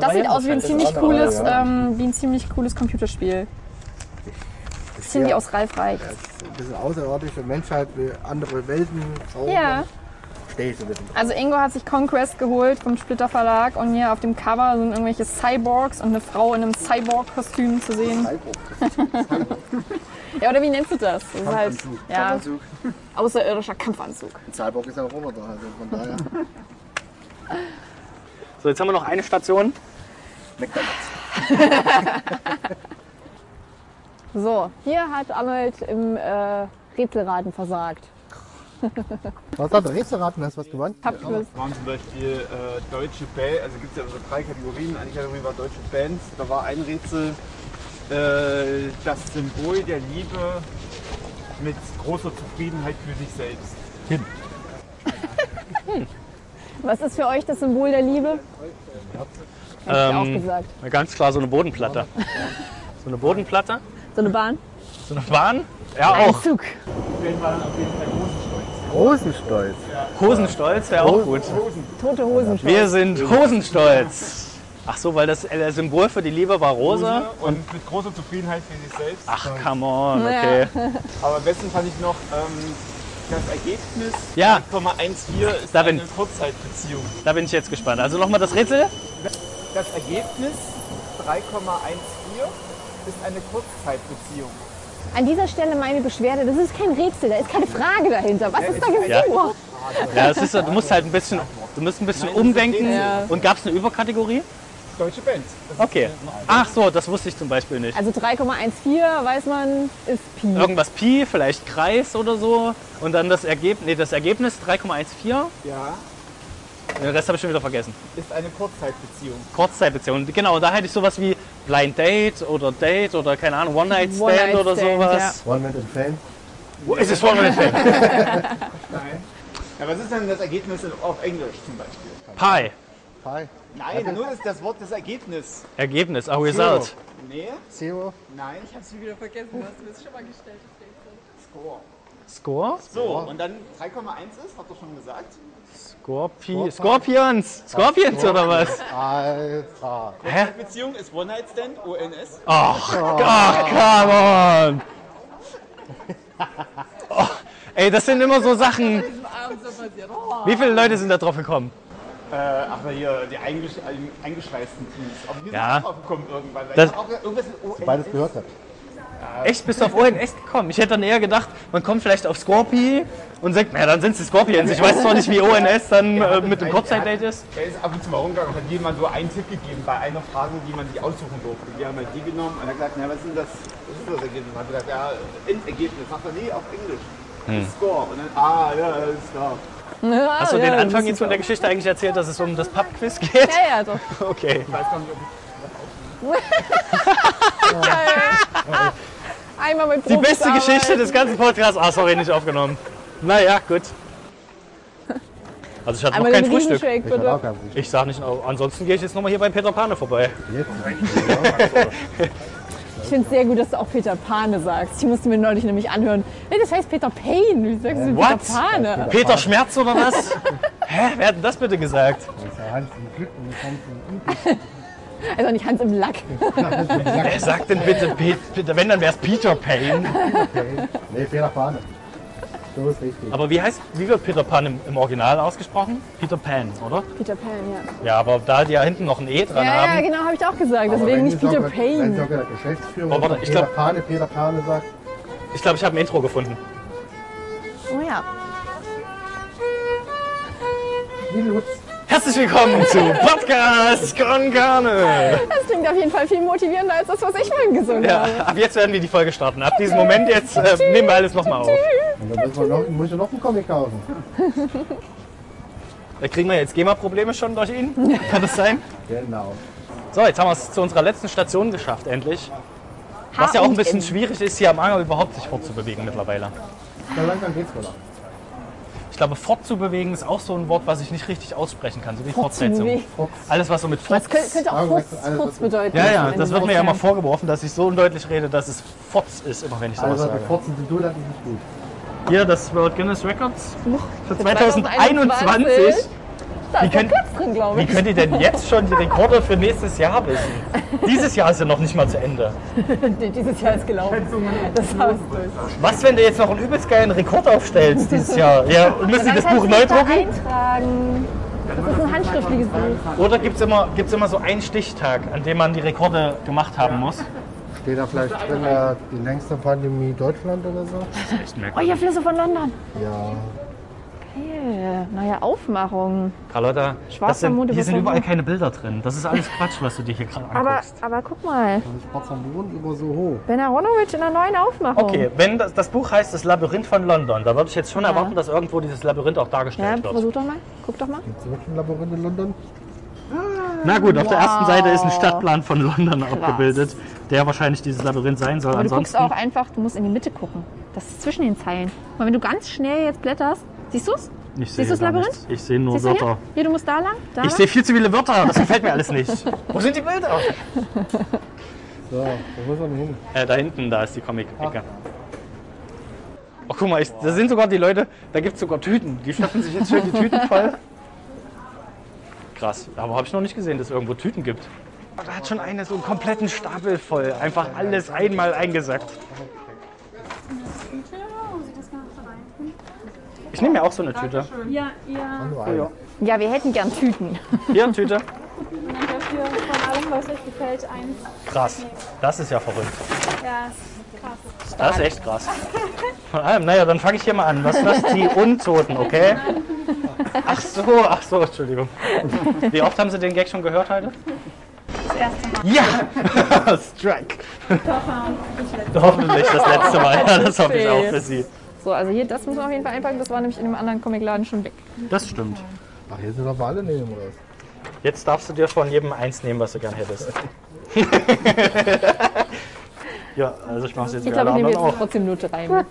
Speaker 2: Das sieht aus wie ein ziemlich cooles, ähm, wie ein ziemlich cooles Computerspiel. Das sind die aus Ralf Reich.
Speaker 3: Ein bisschen außerordentliche Menschheit, will andere Welten zaubern.
Speaker 2: Ja,
Speaker 3: Steh ich so mit dem
Speaker 2: also Ingo hat sich Conquest geholt vom Splitter Verlag und hier auf dem Cover sind irgendwelche Cyborgs und eine Frau in einem Cyborg-Kostüm zu sehen.
Speaker 3: Eindruck.
Speaker 2: Ja, oder wie nennst du das? Das ist halt
Speaker 3: Kampfanzug.
Speaker 2: ja, außerirdischer Kampfanzug.
Speaker 3: Ein Cyborg ist ja auch Roboter, also von daher.
Speaker 1: So, jetzt haben wir noch eine Station.
Speaker 2: So, hier hat Arnold im äh, Rätselraten versagt.
Speaker 3: Was hat der Rätselraten? Hast du was gewonnen?
Speaker 2: Hab ich
Speaker 4: waren zum Beispiel äh, deutsche Bands, also gibt es ja so drei Kategorien. Eine Kategorie war deutsche Bands. Da war ein Rätsel äh, das Symbol der Liebe mit großer Zufriedenheit für sich selbst.
Speaker 2: Was ist für euch das Symbol der Liebe? Hab ich auch
Speaker 1: Ähm,
Speaker 2: gesagt.
Speaker 1: Ganz klar so eine Bodenplatte. So eine Bodenplatte.
Speaker 2: So eine Bahn?
Speaker 1: So eine Bahn. Ja, auch.
Speaker 2: Zug.
Speaker 3: Großen Stolz.
Speaker 1: Hosenstolz wäre auch gut.
Speaker 2: Tote Hosen.
Speaker 1: Wir sind Hosenstolz. Ach so, weil das äh, Symbol für die Liebe war rosa.
Speaker 4: Und, mit großer Zufriedenheit für sich selbst.
Speaker 1: Ach, come on, okay.
Speaker 4: Aber am besten fand ich noch ähm, das Ergebnis.
Speaker 1: Ja.
Speaker 4: 1,14 ist
Speaker 1: Da bin-
Speaker 4: eine Kurzzeitbeziehung.
Speaker 1: Da bin ich jetzt gespannt. Also nochmal das Rätsel.
Speaker 4: Das Ergebnis 3,14 ist eine Kurzzeitbeziehung.
Speaker 2: An dieser Stelle meine Beschwerde, das ist kein Rätsel, da ist keine Frage dahinter. Was ist da
Speaker 1: Ja.
Speaker 2: gesehen worden?
Speaker 1: Ja, es ist, so, du musst halt ein bisschen, du musst ein bisschen umdenken. Und gab es eine Überkategorie?
Speaker 4: Deutsche Bands.
Speaker 1: Okay. Ach so, das wusste ich zum Beispiel nicht.
Speaker 2: Also 3,14 weiß man, ist Pi.
Speaker 1: Irgendwas Pi, vielleicht Kreis oder so. Und dann das Ergebnis, nee, das Ergebnis 3,14.
Speaker 4: Ja,
Speaker 1: Den Rest habe ich schon wieder vergessen.
Speaker 4: ist eine Kurzzeitbeziehung.
Speaker 1: Kurzzeitbeziehungen. Genau, da hätte ich sowas wie Blind Date oder Date oder keine Ahnung, One-Night-Stand
Speaker 2: One-Night-Stand,
Speaker 1: oder sowas.
Speaker 3: One Man in Fame.
Speaker 1: Wo ist es One-Night-Stand?
Speaker 4: Nein. Ja, was ist denn das Ergebnis in- auf Englisch zum
Speaker 1: Pi.
Speaker 4: Beispiel?
Speaker 3: Hi.
Speaker 4: Nein, nur ist das Wort das Ergebnis.
Speaker 1: Ergebnis, a result.
Speaker 4: Nee,
Speaker 3: Zero.
Speaker 4: nein, ich hab's wieder vergessen.
Speaker 1: Score?
Speaker 4: So, und dann 3,1 ist, habt ihr schon gesagt.
Speaker 1: Scorpi Scorpions! Scorpions oder was?
Speaker 3: Alpha.
Speaker 1: Hä?
Speaker 4: Beziehung ist One-Night-Stand, ONS.
Speaker 1: Ach, ach, come on! Oh, ey, das sind immer so Sachen. Wie viele Leute sind da drauf gekommen?
Speaker 4: Äh, ach, na hier, die eingesch äh, eingeschweißten Teams. Aber wir
Speaker 1: Ja.
Speaker 4: sind auch aufgekommen irgendwann. Weil
Speaker 1: Das-
Speaker 4: ich hab auch irgendwas mit ONS.
Speaker 3: Beides gehört hat.
Speaker 1: Echt, bist du auf ONS gekommen? Ich hätte dann eher gedacht, man kommt vielleicht auf Scorpi und sagt, naja, dann sind es die Scorpions. Ich weiß zwar nicht, wie ONS dann äh, mit dem Kurzzeit-Date ist.
Speaker 4: Der ist ab und zu mal rumgegangen und hat jedem mal so einen Tipp gegeben bei einer Frage, die man sich aussuchen durfte. Wir haben halt die genommen und er hat gesagt, na, was ist denn das, was ist denn das Ergebnis? Und hat gesagt, ja, Endergebnis. Sagt er, nee, auf Englisch. Score. Und dann, ah, ja, alles klar.
Speaker 2: Ne?
Speaker 1: Hast
Speaker 2: Oh,
Speaker 1: du den Anfang jetzt von der Geschichte eigentlich erzählt, dass es um das Pub-Quiz geht?
Speaker 2: Ja, ja, doch.
Speaker 1: Okay.
Speaker 2: Einmal mit
Speaker 1: Die
Speaker 2: Profis
Speaker 1: beste
Speaker 2: arbeiten.
Speaker 1: Geschichte des ganzen Podcasts. Ah, sorry, nicht aufgenommen. Naja, gut. Also ich hatte
Speaker 2: Einmal
Speaker 1: noch
Speaker 2: den
Speaker 1: kein Frühstück.
Speaker 2: Riesenshake,
Speaker 3: Ich hatte auch
Speaker 2: bitte.
Speaker 3: ganz sicher.
Speaker 1: Ich sag nicht, oh, ansonsten gehe ich jetzt nochmal hier bei Peter Pane vorbei.
Speaker 2: Ich finde es sehr gut, dass du auch Peter Pane sagst. Ich musste mir neulich nämlich anhören. Nee, das heißt Peter Payne. Wie sagst du denn
Speaker 1: What?
Speaker 2: Peter Pane?
Speaker 1: Peter Schmerz oder was? Hä? Wer hat denn das bitte gesagt?
Speaker 3: Das ist ja Hans im Glück und das Hans im Unglück.
Speaker 2: Also nicht Hans im Lack.
Speaker 1: Wer sagt denn bitte Pe- Peter? Wenn, dann wär's Peter Payne.
Speaker 3: Nee, Peter Fahne. So ist richtig.
Speaker 1: Aber wie heißt, wie wird Peter Pan im, im Original ausgesprochen? Peter Pan, oder?
Speaker 2: Peter Pan, ja.
Speaker 1: Ja, aber da die ja hinten noch ein E dran
Speaker 2: Ja, ja,
Speaker 1: haben.
Speaker 2: genau, habe ich auch gesagt.
Speaker 3: Aber
Speaker 2: Deswegen
Speaker 3: wenn
Speaker 2: nicht
Speaker 3: die
Speaker 2: Peter
Speaker 3: sogar- Wenn
Speaker 2: Payne.
Speaker 3: sogar der Geschäftsführer
Speaker 1: Oh, warte,
Speaker 3: von
Speaker 1: ich
Speaker 3: Peter
Speaker 1: glaub-
Speaker 3: Pane, Peter Pane sagt,
Speaker 1: Ich glaube, ich habe ein Intro gefunden.
Speaker 2: Oh ja.
Speaker 3: wie Lutz.
Speaker 1: Herzlich willkommen zu Podcast Con Carne.
Speaker 2: Das klingt auf jeden Fall viel motivierender als das, was ich vorhin gesungen
Speaker 1: Ja,
Speaker 2: habe.
Speaker 1: ab jetzt werden wir die Folge starten. Ab diesem Moment jetzt äh, nehmen wir alles nochmal auf.
Speaker 3: Und dann müssen wir noch, muss ich noch einen Comic kaufen.
Speaker 1: Da kriegen wir jetzt GEMA-Probleme schon durch ihn. Kann das sein?
Speaker 3: Genau.
Speaker 1: So, jetzt haben wir es zu unserer letzten Station geschafft, endlich. Was ja auch ein bisschen schwierig ist, hier am Anger überhaupt sich fortzubewegen mittlerweile.
Speaker 3: So langsam geht's wohl ab.
Speaker 1: Ich glaube, fortzubewegen ist auch so ein Wort, was ich nicht richtig aussprechen kann, so wie Fortsetzung.
Speaker 2: Fortzubewegen.
Speaker 1: Alles, was so mit Fortz...
Speaker 2: Das könnte, könnte auch
Speaker 3: Aber
Speaker 2: kurz,
Speaker 3: das- alles,
Speaker 2: kurz
Speaker 3: was-
Speaker 2: bedeuten.
Speaker 1: Ja, ja,
Speaker 2: wenn
Speaker 1: das
Speaker 2: du
Speaker 1: wird mir
Speaker 2: sowas
Speaker 1: ja mal
Speaker 2: sagst.
Speaker 1: vorgeworfen, dass ich so undeutlich rede, dass es Fotz ist, immer wenn ich sowas
Speaker 3: Alles, was
Speaker 1: sage.
Speaker 3: mit Furzen zu tun hat, ist nicht gut.
Speaker 1: Also, Hier, das World Guinness Records Uh, für 2021.
Speaker 2: 2021. Da
Speaker 1: Wie
Speaker 2: ist ein
Speaker 1: könnt-
Speaker 2: Kurz drin, glaube
Speaker 1: Wie
Speaker 2: ich.
Speaker 1: könnt ihr denn jetzt schon die Rekorde für nächstes Jahr wissen? Dieses Jahr ist ja noch nicht mal zu Ende.
Speaker 2: Nee, Dieses Jahr ist gelaufen. Das heißt,
Speaker 1: Was, wenn du jetzt noch einen übelst geilen Rekord aufstellst dieses Jahr? Ja, und
Speaker 2: also
Speaker 1: müssen die das Buch neu drucken?
Speaker 2: eintragen. Das ist ein handschriftliches Buch.
Speaker 1: Oder gibt es immer, gibt's immer so einen Stichtag, an dem man die Rekorde gemacht haben muss?
Speaker 3: Steht da vielleicht drin, äh, die längste Pandemie Deutschland oder so?
Speaker 2: Oh, hier Flüsse von London.
Speaker 3: Ja.
Speaker 2: Hey, neue Aufmachung.
Speaker 1: Carlotta,
Speaker 2: Schwarzer
Speaker 1: das sind,
Speaker 2: Mode
Speaker 1: hier sind
Speaker 2: bekommen.
Speaker 1: überall keine Bilder drin. Das ist alles Quatsch, was du dir hier gerade
Speaker 2: Aber,
Speaker 1: anguckst.
Speaker 2: aber guck mal,
Speaker 3: Das ist Potsdam wohnt immer so hoch.
Speaker 2: Benaronovic in einer neuen Aufmachung.
Speaker 1: Okay, wenn das, das Buch heißt Das Labyrinth von London, da würde ich jetzt schon erwarten, dass irgendwo dieses Labyrinth auch
Speaker 2: Ja,
Speaker 1: dargestellt wird.
Speaker 2: versuch doch mal. Guck doch mal.
Speaker 3: Gibt's wirklich ein Labyrinth in London?
Speaker 1: Na gut, auf der ersten Seite ist ein Stadtplan von London abgebildet, der wahrscheinlich dieses Labyrinth sein soll.
Speaker 2: Aber du guckst
Speaker 1: Ansonsten
Speaker 2: auch einfach, du musst in die Mitte gucken. Das ist zwischen den Zeilen. Weil wenn du ganz schnell jetzt blätterst, siehst du es?
Speaker 1: Ich
Speaker 2: Siehst du das
Speaker 1: gar
Speaker 2: Labyrinth?
Speaker 1: nichts. Ich sehe nur
Speaker 2: Siehst du hier?
Speaker 1: Wörter.
Speaker 2: Hier, du musst da lang, da
Speaker 1: Ich
Speaker 2: lang.
Speaker 1: sehe viel zu viele Wörter, das gefällt mir alles nicht. Wo sind die Bilder?
Speaker 3: So, da muss man hin.
Speaker 1: Äh, da hinten, da ist die Comic-Ecke. Oh, guck mal, ich, da sind sogar die Leute, da gibt es sogar Tüten. Die schnappen sich jetzt schön die Tüten voll. krass. Aber habe ich noch nicht gesehen, dass es irgendwo Tüten gibt. Da hat schon einer so einen kompletten Stapel voll. Einfach alles einmal eingesackt. Ich nehme mir auch so eine Tüte.
Speaker 9: Ja, ja.
Speaker 3: Nur eine.
Speaker 2: Ja, wir hätten gern Tüten.
Speaker 1: Hier, Tüte.
Speaker 9: Und dann dürft ihr von allem, was euch gefällt, eins.
Speaker 1: Krass. Das ist ja verrückt.
Speaker 9: Ja, ist krass.
Speaker 1: Das ist echt krass. Von allem, naja, dann fange ich hier mal an. Was lasst die Untoten, okay? Ach so, ach so, Entschuldigung. Wie oft haben Sie den Gag schon gehört heute? Ja! Strike! Hoffentlich das letzte Mal. Ja, das hoffe ich auch für Sie.
Speaker 2: So, also hier, das müssen wir auf jeden Fall einpacken. Das war nämlich in einem anderen Comicladen schon weg.
Speaker 1: Das stimmt.
Speaker 3: Ach, hier sind aber alle neben oder was?
Speaker 1: Jetzt darfst du dir von jedem eins nehmen, was du gern hättest. ja, also ich mache es jetzt
Speaker 2: Ich
Speaker 1: für alle
Speaker 2: glaube, ich nehme
Speaker 1: anderen
Speaker 2: jetzt
Speaker 1: auch.
Speaker 2: trotzdem nur drei mit.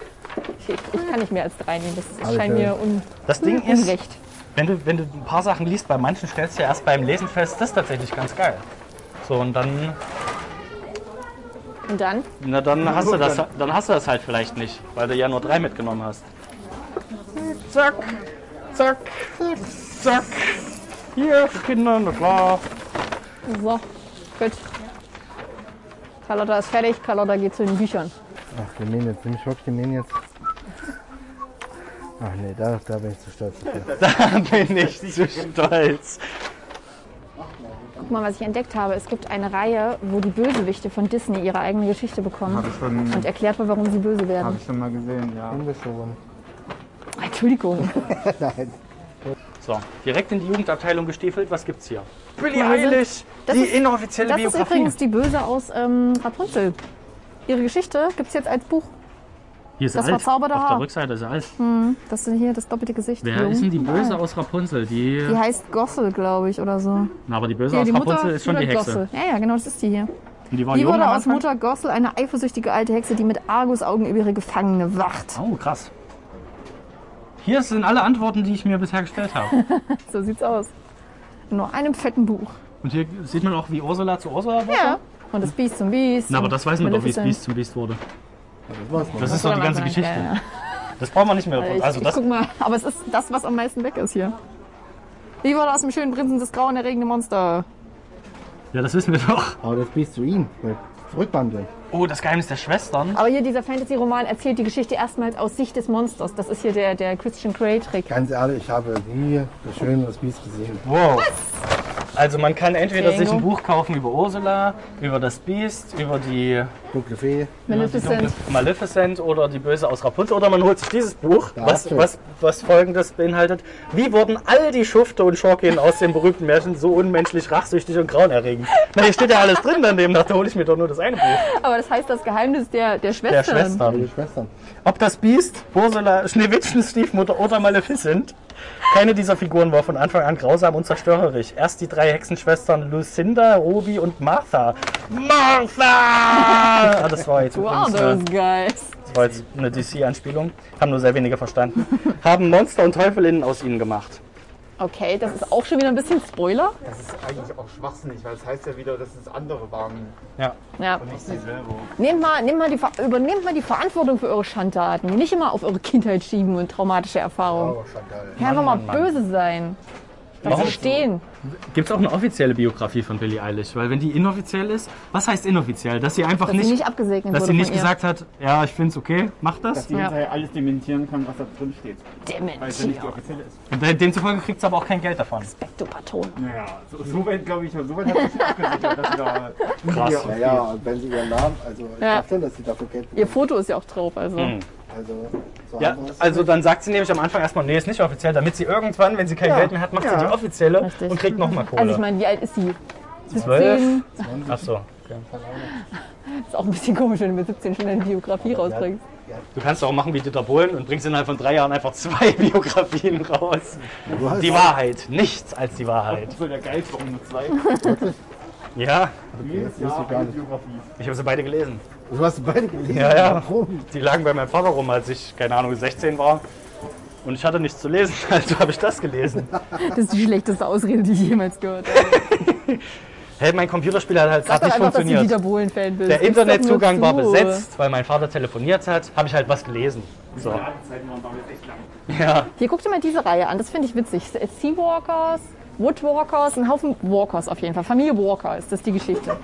Speaker 2: Ich, ich kann nicht mehr als drei nehmen. Das
Speaker 3: Alles
Speaker 2: scheint
Speaker 3: klar.
Speaker 2: mir un
Speaker 1: Das Ding ist,
Speaker 2: unrecht.
Speaker 1: wenn du, wenn du ein paar Sachen liest, bei manchen stellst du ja erst beim Lesen fest, das ist tatsächlich ganz geil. So, und dann,
Speaker 2: Und dann?
Speaker 1: na, dann, hast du das, dann hast du das halt vielleicht nicht, weil du ja nur drei mitgenommen hast. Zack, zack, zack. Hier, für Kinder, na klar.
Speaker 2: So, gut. Carlotta ist fertig. Carlotta geht zu den Büchern.
Speaker 3: Ach, wir nehmen jetzt, nämlich wirklich, wir nehmen jetzt. Ach nee, da, da bin ich zu stolz. dafür.
Speaker 1: Da bin ich zu stolz.
Speaker 2: Guck mal, was ich entdeckt habe. Es gibt eine Reihe, wo die Bösewichte von Disney ihre eigene Geschichte bekommen.
Speaker 5: Habe ich, schon-
Speaker 2: Und erklärt wird, warum sie böse
Speaker 5: hab
Speaker 2: werden.
Speaker 5: ich schon mal gesehen, ja.
Speaker 3: Haben wir schon.
Speaker 2: Entschuldigung.
Speaker 3: Nein.
Speaker 1: So, direkt in die Jugendabteilung gestiefelt, was gibt's hier? Billie
Speaker 2: Mal, wir
Speaker 1: Eilish,
Speaker 2: das
Speaker 1: die
Speaker 2: ist-
Speaker 1: inoffizielle
Speaker 2: Das ist
Speaker 1: Biografie.
Speaker 2: übrigens die Böse aus ähm, Rapunzel. Ihre Geschichte gibt es jetzt als Buch.
Speaker 1: Hier ist
Speaker 2: das verzauberte
Speaker 1: Auf
Speaker 2: Haar.
Speaker 1: der Rückseite ist alt.
Speaker 2: Das sind hier das doppelte Gesicht.
Speaker 1: Wer
Speaker 2: Jung.
Speaker 1: ist denn die Böse aus Rapunzel? Die,
Speaker 2: Die heißt Gossel, glaube ich, oder so.
Speaker 1: na, aber die Böse
Speaker 2: Ja,
Speaker 1: aus
Speaker 2: die
Speaker 1: Rapunzel
Speaker 2: Mutter
Speaker 1: ist schon die
Speaker 2: Judith
Speaker 1: Hexe.
Speaker 2: Gossel. Ja, ja, genau, das ist die hier.
Speaker 1: Und die war
Speaker 2: Die
Speaker 1: jung
Speaker 2: wurde
Speaker 1: am
Speaker 2: aus
Speaker 1: Anfang?
Speaker 2: Mutter Gossel eine eifersüchtige alte Hexe, die mit Argusaugen über ihre Gefangene wacht.
Speaker 1: Oh, krass. Hier sind alle Antworten, die ich mir bisher gestellt habe.
Speaker 2: So sieht's aus. In nur einem fetten Buch.
Speaker 1: Und hier sieht man auch, wie Ursula zu Ursula wurde.
Speaker 2: Ja. Und das Biest zum Biest.
Speaker 1: Na, aber
Speaker 2: und
Speaker 1: das weiß man doch, wie es
Speaker 2: Maleficent.
Speaker 1: Biest zum Biest wurde.
Speaker 3: Das war's noch.
Speaker 1: Das ist
Speaker 2: Oder
Speaker 1: doch die
Speaker 2: weiß
Speaker 1: ganze
Speaker 2: man nicht,
Speaker 1: Geschichte.
Speaker 2: ja, ja.
Speaker 1: Das brauchen wir nicht mehr.
Speaker 2: Ich,
Speaker 1: Also
Speaker 2: ich
Speaker 1: das,
Speaker 2: guck mal, aber es ist das, was am meisten weg ist hier. Die wurde aus dem schönen Prinzen des grauen erregende Monster.
Speaker 1: ja, das wissen wir doch.
Speaker 3: Aber das bist du ihn. Zurückwandeln.
Speaker 1: Oh, das Geheimnis der Schwestern.
Speaker 2: Aber hier dieser Fantasy-Roman erzählt die Geschichte erstmals aus Sicht des Monsters. Das ist hier der, der Christian Grey-Trick.
Speaker 3: Ganz ehrlich, ich habe nie so schön das Biest gesehen.
Speaker 1: Wow. Also man kann entweder sich ein
Speaker 2: Bingo.
Speaker 1: Buch kaufen über Ursula, über das Biest, über die
Speaker 3: Dunkle Fee.
Speaker 2: Maleficent.
Speaker 1: Maleficent oder die Böse aus Rapunzel oder man holt sich dieses Buch,
Speaker 3: Da
Speaker 1: was,
Speaker 3: hast du.
Speaker 1: was, was folgendes beinhaltet. Wie wurden all die Schufte und Schorkin aus den berühmten Märchen so unmenschlich rachsüchtig und grauenerregend? Na, hier steht ja alles drin daneben, da hole ich mir doch nur das eine Buch.
Speaker 2: Aber das heißt das Geheimnis der, der
Speaker 1: Der
Speaker 2: Schwestern.
Speaker 1: Schwestern.
Speaker 3: Die Schwestern.
Speaker 1: Ob das Biest, Ursula, Schneewittchens Stiefmutter oder Maleficent? Keine dieser Figuren war von Anfang an grausam und zerstörerisch. Erst die drei Hexenschwestern Lucinda, Ruby und Martha. Martha! Ah, das war jetzt
Speaker 2: Wow,
Speaker 1: übrigens, äh,
Speaker 2: those guys.
Speaker 1: das war jetzt eine DC-Anspielung. Haben nur sehr wenige verstanden. Haben Monster und Teufelinnen aus ihnen gemacht.
Speaker 2: Okay, das ist auch schon wieder ein bisschen Spoiler.
Speaker 4: Das ist eigentlich auch schwachsinnig, weil es heißt ja wieder, dass es andere waren
Speaker 1: Ja.
Speaker 2: Ja.
Speaker 4: und nicht sie selber.
Speaker 2: Nehmt mal, nehmt mal die, Ver- übernehmt mal die Verantwortung für eure Schandtaten. Nicht immer auf eure Kindheit schieben und traumatische Erfahrungen.
Speaker 3: Oh, Chantal.
Speaker 2: Ja, einfach mal böse sein. Das verstehen.
Speaker 1: Gibt es auch eine offizielle Biografie von Billie Eilish? Weil wenn die inoffiziell ist, was heißt inoffiziell? Dass sie einfach
Speaker 2: Dass sie nicht abgesegnet
Speaker 1: dass
Speaker 2: wurde
Speaker 1: sie nicht
Speaker 2: von ihr.
Speaker 1: gesagt hat, ja, ich find's okay, mach das.
Speaker 5: Dass die
Speaker 2: Ja.
Speaker 5: hinterher alles dementieren kann, was da drin steht. Weil es ja nicht die
Speaker 2: Dementia.
Speaker 5: offizielle ist.
Speaker 1: Und de- demzufolge kriegt sie aber auch kein Geld davon.
Speaker 2: Specto Patron.
Speaker 5: Naja, so, so weit glaube ich, so weit hat sie sich abgesichert, dass sie da...
Speaker 1: Krass.
Speaker 3: Ja, ja, und wenn sie ihren Namen, also ich
Speaker 2: Ja.
Speaker 3: glaube schon, dass sie dafür Geld
Speaker 2: Ihr
Speaker 3: bekommen.
Speaker 2: Foto ist ja auch drauf, also.
Speaker 1: Hm,
Speaker 3: Also, so
Speaker 1: Ja,
Speaker 3: anderes-
Speaker 1: also dann sagt sie nämlich am Anfang erstmal, nee, ist nicht offiziell, damit sie irgendwann, wenn sie kein Geld mehr hat, macht sie die offizielle
Speaker 2: Richtig.
Speaker 1: und kriegt nochmal Kohle.
Speaker 2: Also ich meine, wie alt ist sie?
Speaker 1: 12? Ach so.
Speaker 2: Ist auch ein bisschen komisch, wenn du mit 17 schon deine Biografie rausbringst.
Speaker 1: Du kannst auch machen wie Dieter Bohlen und bringst innerhalb von drei Jahren einfach zwei Biografien raus.
Speaker 3: hast-
Speaker 1: Die Wahrheit, nichts als die Wahrheit.
Speaker 5: So der Geist, warum nur zwei?
Speaker 1: Ja,
Speaker 5: Jedes
Speaker 3: wusste ich
Speaker 5: Jahr
Speaker 3: gar
Speaker 5: eine
Speaker 3: nicht.
Speaker 5: Biografie.
Speaker 1: ich habe sie beide gelesen.
Speaker 3: Du hast beide gelesen.
Speaker 1: Ja, ja.
Speaker 3: Warum?
Speaker 1: Die lagen bei meinem Vater rum, als ich, keine Ahnung, 16 war. Und ich hatte nichts zu lesen, also habe ich das gelesen.
Speaker 2: Das ist die schlechteste Ausrede, die ich jemals gehört habe.
Speaker 1: Hey, mein Computerspiel hat halt
Speaker 2: Sag
Speaker 1: gerade
Speaker 2: doch
Speaker 1: nicht
Speaker 2: einfach, dass du
Speaker 1: funktioniert.
Speaker 2: Dieter Bohlen-Fan bist.
Speaker 1: Der
Speaker 2: Gib's doch nur
Speaker 1: Internetzugang war
Speaker 2: zu.
Speaker 1: besetzt, weil mein Vater telefoniert hat, habe ich halt was gelesen. So.
Speaker 5: Zeiten waren damals echt lang.
Speaker 1: Ja,
Speaker 2: Hier, guck dir mal diese Reihe an. Das finde ich witzig. Seawalkers, Woodwalkers, ein Haufen Walkers auf jeden Fall. Familie Walker ist das die Geschichte.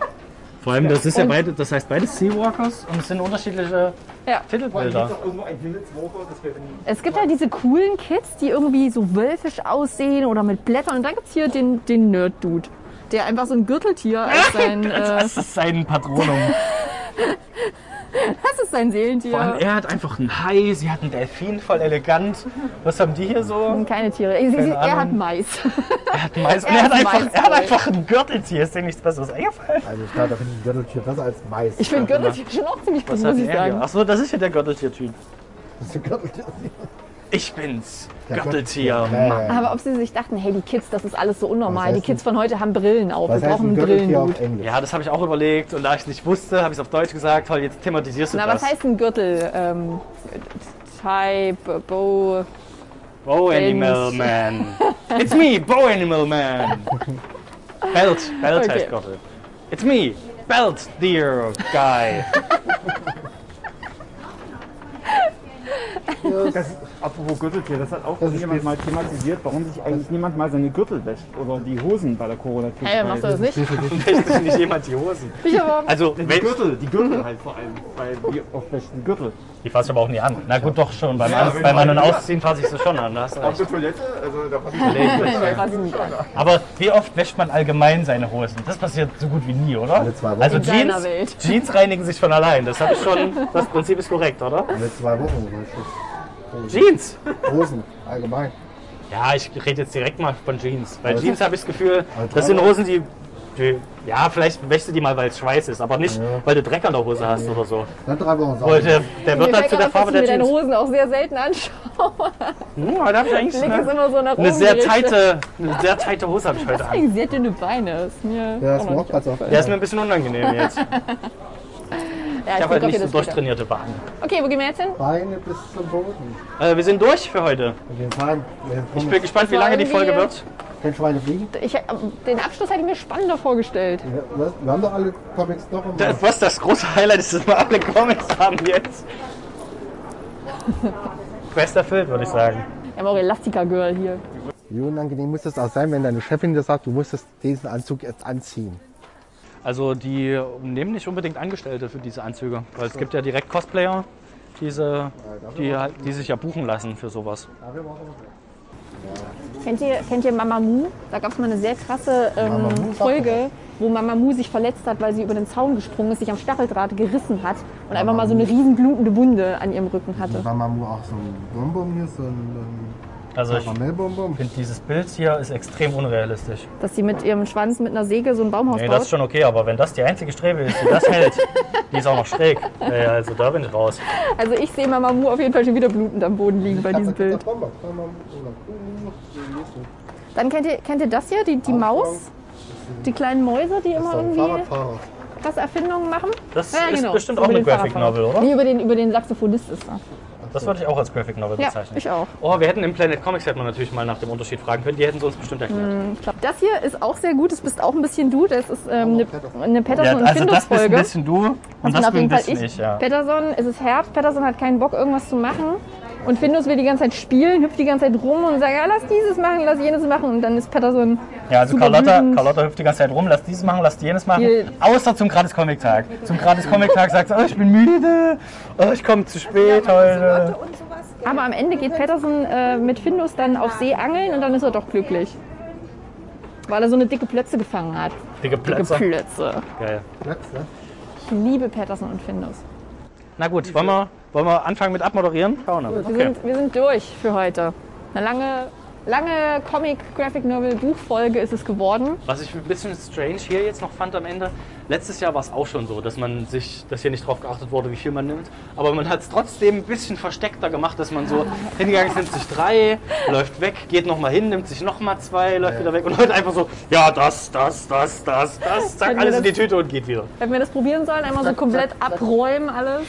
Speaker 1: Vor allem, das ist ja
Speaker 2: Und-
Speaker 1: beide, das heißt beides Seawalkers und es sind unterschiedliche
Speaker 2: Ja.
Speaker 1: Titelbilder.
Speaker 4: irgendwo ein Himmelswoche, das wäre nie.
Speaker 2: Es gibt ja diese coolen Kids, die irgendwie so wölfisch aussehen oder mit Blättern. Und dann gibt's hier den, den Nerd-Dude, der einfach so ein Gürteltier als sein, äh,
Speaker 1: Das ist sein Patronum.
Speaker 2: das ist sein
Speaker 1: Vor allem,
Speaker 2: Seelentier.
Speaker 1: er hat einfach einen Hai, sie hat einen Delfin, voll elegant. Was haben die hier so?
Speaker 2: Und keine Tiere. Er, sie- er hat
Speaker 1: Ahnung.
Speaker 2: Mais.
Speaker 1: Er hat, Mais, und
Speaker 2: Er
Speaker 1: er
Speaker 2: hat
Speaker 1: hat,
Speaker 2: Mais,
Speaker 1: einfach, er hat
Speaker 2: sorry.
Speaker 1: einfach ein Gürteltier, ist dem nichts Besseres eingefallen.
Speaker 3: Also klar, da finde ich ein Gürteltier besser als Mais.
Speaker 2: Ich finde Gürteltier schon auch ziemlich cool,
Speaker 1: Was hat
Speaker 2: muss ich
Speaker 1: er hier?
Speaker 2: sagen.
Speaker 1: Achso, das ist ja der Gürteltier-Typ.
Speaker 3: Das ist ein Gürteltier.
Speaker 1: Ich bin's,
Speaker 3: Der
Speaker 1: Gürteltier.
Speaker 3: Äh,
Speaker 2: Aber ob sie sich dachten, hey, die Kids, das ist alles so
Speaker 3: Was
Speaker 2: unnormal.
Speaker 3: heißt
Speaker 2: Die Kids von heute haben Brillen auf. Wir
Speaker 3: was heißt
Speaker 2: brauchen
Speaker 3: ein
Speaker 2: einen
Speaker 3: Gürteltier auf
Speaker 2: Brillendude.
Speaker 3: Englisch?
Speaker 1: Ja, das habe ich auch überlegt und da ich es nicht wusste, habe ich es auf Deutsch gesagt. Toll, jetzt thematisierst du
Speaker 2: Na,
Speaker 1: das.
Speaker 2: was heißt ein Gürtel? Ähm, Type, Bow.
Speaker 1: Bow Animal
Speaker 2: Bins.
Speaker 1: Man. It's me, Bow Animal Man. Belt, Belt
Speaker 2: Okay.
Speaker 1: heißt Gürtel. It's me, Belt Deer Guy.
Speaker 5: Das, apropos Gürteltier, das hat auch
Speaker 3: ist
Speaker 5: jemand mal thematisiert, warum sich eigentlich niemand mal seine Gürtel wäscht oder die Hosen bei der Corona-Krise.
Speaker 2: Hey, Äh, machst du das nicht?
Speaker 1: Wäscht sich nicht jemand die Hosen?
Speaker 2: Ich aber
Speaker 1: Also,
Speaker 5: Die
Speaker 1: wenn-
Speaker 5: Gürtel, die Gürtel halt vor allem, weil wir oft wäschen die Gürtel.
Speaker 1: die fasse ich aber auch nie an. Na gut, doch schon. Beim, An- beim An- und Ausziehen fasse ich sie schon an. Da hast du recht.
Speaker 4: Auf der Toilette, also da passt
Speaker 1: Aber wie oft wäscht man allgemein seine Hosen? Das passiert so gut wie nie, oder?
Speaker 3: Alle zwei Wochen.
Speaker 1: Also
Speaker 2: In deiner
Speaker 1: Jeans,
Speaker 2: Welt.
Speaker 1: Jeans reinigen sich von allein. Das habe ich schon. Das Prinzip ist korrekt, oder?
Speaker 3: Alle zwei Wochen oder so.
Speaker 1: Jeans.
Speaker 3: Hosen, allgemein.
Speaker 1: Ja, ich rede jetzt direkt mal von Jeans. Bei
Speaker 3: Aber-
Speaker 1: Jeans habe ich das Gefühl,
Speaker 3: Aber drei-
Speaker 1: das sind Hosen, die, die ja vielleicht wäschst du die mal, weil es Schweiß ist, aber nicht,
Speaker 3: Ja.
Speaker 1: weil du Dreck an der Hose hast oder so.
Speaker 3: Dann drei Wochen
Speaker 1: Weil
Speaker 3: sauber.
Speaker 1: der, der wird dann zu der Farbe der
Speaker 2: mir deine
Speaker 1: Jeans.
Speaker 2: Hosen auch sehr selten anschaue.
Speaker 1: Hm, heute habe ich eigentlich
Speaker 2: Blick ist
Speaker 1: eine,
Speaker 2: immer so nach oben
Speaker 1: eine sehr
Speaker 2: gerichtet.
Speaker 1: tighte, eine sehr tighte Hose habe ich heute an.
Speaker 2: Sehr dünne Beine. Ist mir
Speaker 3: Ja, das
Speaker 2: auch
Speaker 3: ist
Speaker 2: noch
Speaker 3: mir auch
Speaker 2: nicht
Speaker 3: ganz
Speaker 1: Der ist
Speaker 3: oft.
Speaker 1: mir ein bisschen unangenehm jetzt. Ich
Speaker 2: auf- Ja, ich
Speaker 1: habe halt
Speaker 2: guck, ob
Speaker 1: nicht so
Speaker 2: ihr das wieder-
Speaker 1: durchtrainierte Beine.
Speaker 2: Okay, wo gehen wir jetzt hin?
Speaker 3: Beine bis zum Boden.
Speaker 1: Äh, wir sind durch für heute.
Speaker 3: Und wir fahren. Wir
Speaker 1: Ich
Speaker 3: kommen.
Speaker 1: bin gespannt, wie lange die
Speaker 2: Wollen
Speaker 1: Folge
Speaker 2: wir-
Speaker 1: wird.
Speaker 3: Können Schweine fliegen?
Speaker 2: Ich, äh, den Abschluss hätte ich mir spannender vorgestellt.
Speaker 3: Wir, wir haben doch alle Comics noch im
Speaker 1: Das, was das große Highlight ist, dass wir alle Comics haben jetzt. Quest erfüllt, würde ich sagen.
Speaker 2: Wir haben auch Elastica Girl hier.
Speaker 3: Wie unangenehm muss das auch sein, wenn deine Chefin das sagt, du musstest diesen Anzug jetzt anziehen?
Speaker 1: Also die nehmen nicht unbedingt Angestellte für diese Anzüge, weil es gibt ja direkt Cosplayer, diese, die, halt- die sich ja buchen lassen für sowas.
Speaker 2: Kennt ihr, kennt ihr Mama Mu? Da gab es mal eine sehr krasse
Speaker 3: Mama Mu
Speaker 2: ähm,
Speaker 3: sagt
Speaker 2: Folge, wo Mama Mu sich verletzt hat, weil sie über den Zaun gesprungen ist, sich am Stacheldraht gerissen hat und einfach mal so eine riesen blutende Wunde an ihrem Rücken hatte.
Speaker 3: War Mamu auch so ein Bonbon hier, so ein
Speaker 1: Also ich
Speaker 3: Karamellbonbon?
Speaker 1: finde dieses Bild hier ist extrem unrealistisch.
Speaker 2: Dass sie mit ihrem Schwanz mit einer Säge so ein Baumhaus
Speaker 1: Nee, das ist
Speaker 2: baut.
Speaker 1: schon okay, aber wenn das die einzige Strebe ist, die das hält, die ist auch noch schräg. Ey, also da bin ich raus.
Speaker 2: Also ich sehe Mama Mu auf jeden Fall schon wieder blutend am Boden liegen bei diesem Bild. Dann kennt ihr, kennt ihr das hier, die, die Maus? Die kleinen Mäuse, die immer irgendwie
Speaker 3: Fahrradfahrer.
Speaker 2: krasse Erfindungen machen?
Speaker 1: Das
Speaker 2: Ja,
Speaker 1: ist
Speaker 2: genau.
Speaker 1: bestimmt
Speaker 2: Über
Speaker 1: auch eine
Speaker 2: den
Speaker 1: Graphic
Speaker 2: Fahrradfahrer.
Speaker 1: Novel, oder?
Speaker 2: Nee, über den, über den Saxophonist ist das.
Speaker 1: Das würde ich auch als Graphic Novel
Speaker 2: Ja,
Speaker 1: bezeichnen.
Speaker 2: ich auch.
Speaker 1: Oh, wir hätten im Planet Comics hätten wir natürlich mal nach dem Unterschied fragen können. Die hätten es uns bestimmt erklärt.
Speaker 2: Ich glaub, das hier ist auch sehr gut. Das bist auch ein bisschen du. Das ist ähm, eine, eine
Speaker 1: Ja,
Speaker 2: Patterson-
Speaker 1: also das
Speaker 2: und
Speaker 1: bist ein
Speaker 2: Findungsfolge.
Speaker 1: bisschen du und
Speaker 2: bin
Speaker 1: das
Speaker 2: auf
Speaker 1: bin ein
Speaker 2: jeden Fall
Speaker 1: bisschen ich, ja.
Speaker 2: Patterson, es ist Herbst. Patterson hat keinen Bock, irgendwas zu machen. Und Findus will die ganze Zeit spielen, hüpft die ganze Zeit rum und sagt, ja, lass dieses machen, lass jenes machen. Und dann ist Patterson
Speaker 1: Ja, also
Speaker 2: super
Speaker 1: Carlotta,
Speaker 2: wütend.
Speaker 1: Carlotta hüpft die ganze Zeit rum, lass dieses machen, lass jenes machen.
Speaker 2: Hier.
Speaker 1: Außer zum Gratis-Comic-Tag. Zum Gratis-Comic-Tag sagt sie, oh, ich bin müde, oh, ich komme zu spät heute.
Speaker 2: Aber am Ende geht Patterson äh, mit Findus dann auf See angeln und dann ist er doch glücklich. Weil er so eine dicke Plötze gefangen hat.
Speaker 1: Dicke
Speaker 2: Dicke
Speaker 1: Plätze.
Speaker 2: Plötze.
Speaker 1: Geil.
Speaker 3: ne?
Speaker 2: Ich liebe Patterson und Findus.
Speaker 1: Na gut, wollen wir, wollen wir anfangen mit abmoderieren? Schauen wir.
Speaker 2: Wir,
Speaker 1: Okay.
Speaker 2: sind, wir sind durch für heute. Eine lange, lange Comic-Graphic-Novel-Buchfolge ist es geworden.
Speaker 1: Was ich ein bisschen strange hier jetzt noch fand am Ende, letztes Jahr war es auch schon so, dass man sich, dass hier nicht drauf geachtet wurde, wie viel man nimmt. Aber man hat es trotzdem ein bisschen versteckter gemacht, dass man so hingegangen ist, nimmt sich drei, läuft weg, geht nochmal hin, nimmt sich nochmal zwei, läuft wieder weg und heute einfach so, ja, das, das, das, das, das, zack,
Speaker 2: Hätten wir
Speaker 1: alles in die
Speaker 2: das-
Speaker 1: Tüte und geht wieder.
Speaker 2: Wenn wir das probieren sollen, einmal so komplett abräumen alles.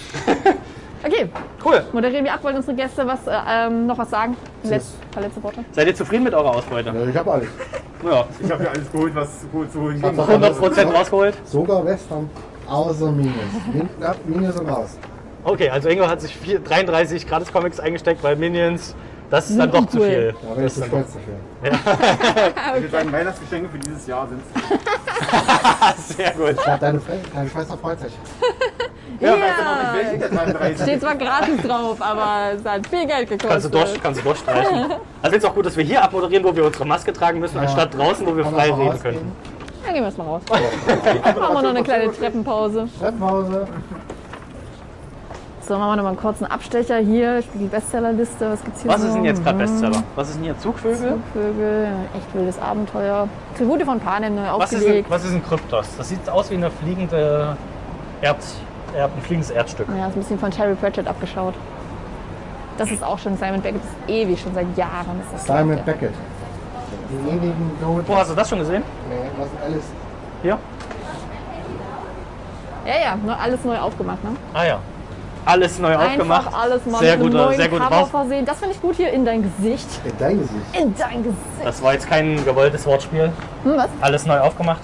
Speaker 2: Okay,
Speaker 1: Cool.
Speaker 2: moderieren wir ab. Wollen unsere Gäste was, äh, ähm, noch was sagen? Letz, paar letzte Worte.
Speaker 1: Seid ihr zufrieden mit eurer Ausbeute?
Speaker 3: Ja, Also ich habe alles.
Speaker 1: Ja.
Speaker 4: Ich habe ja alles geholt, was es gut zu holen
Speaker 3: Hat
Speaker 4: gibt.
Speaker 3: doch
Speaker 1: 100%
Speaker 3: alles.
Speaker 1: rausgeholt?
Speaker 3: Sogar Western. Außer Minus. Hinten ab, Minus und raus.
Speaker 1: Okay, also Ingo hat sich vier- 33 Gratis-Comics eingesteckt, weil Minions, Das ist dann doch zu viel.
Speaker 3: Aber das ist dann zu viel.
Speaker 4: Ich
Speaker 5: Also,
Speaker 4: würde sagen, Weihnachtsgeschenke für dieses Jahr sind
Speaker 1: Sehr gut.
Speaker 3: Ja, deine, Fre- deine Schwester freut sich.
Speaker 4: Ja, weiß ja noch nicht,
Speaker 2: Äh.
Speaker 4: welche der 33
Speaker 2: Steht zwar gratis drauf, aber es hat viel Geld gekostet.
Speaker 1: Kannst du, durch, kannst du durchstreichen. Also ich finde es auch gut, dass wir hier abmoderieren, wo wir unsere Maske tragen müssen, anstatt draußen, wo wir frei
Speaker 3: Kann man
Speaker 1: reden
Speaker 3: rausgehen?
Speaker 1: können.
Speaker 2: Dann gehen wir erstmal raus. machen wir noch eine kleine Treppenpause.
Speaker 3: Treppenhause.
Speaker 2: So, machen wir noch mal einen kurzen Abstecher hier. Ich die Bestsellerliste. Was gibt's hier
Speaker 1: Was
Speaker 2: so?
Speaker 1: ist denn jetzt gerade Bestseller? Was ist denn hier Zugvögel?
Speaker 2: Vögel, echt wildes Abenteuer. Tribute von Panem neu
Speaker 1: Was ist, ein,
Speaker 2: aufgelegt.
Speaker 1: was ist ein Kryptos? Das sieht aus wie eine fliegende Erd, Erd, ein fliegendes Erdstück.
Speaker 2: Ja, ist ein bisschen von Terry Pratchett abgeschaut. Das ist auch schon Simon Beckett, das ist ewig, schon seit Jahren. Ist das
Speaker 3: Simon
Speaker 2: der.
Speaker 3: Beckett. Diejenigen Gold.
Speaker 1: Wo hast du das schon gesehen?
Speaker 3: Nee, das ist alles.
Speaker 1: Hier?
Speaker 2: Ja, ja, nur alles neu aufgemacht, ne?
Speaker 1: Ah ja. Alles neu aufgemacht.
Speaker 2: Einfach alles mal
Speaker 1: sehr
Speaker 2: mit
Speaker 1: gut,
Speaker 2: einem neuen
Speaker 1: sehr gut
Speaker 2: Cover
Speaker 1: raus.
Speaker 2: versehen. Das finde ich gut hier, in dein Gesicht.
Speaker 3: In dein Gesicht.
Speaker 2: In dein Gesicht.
Speaker 1: Das war jetzt kein gewolltes Wortspiel.
Speaker 2: Hm, was?
Speaker 1: Alles neu aufgemacht.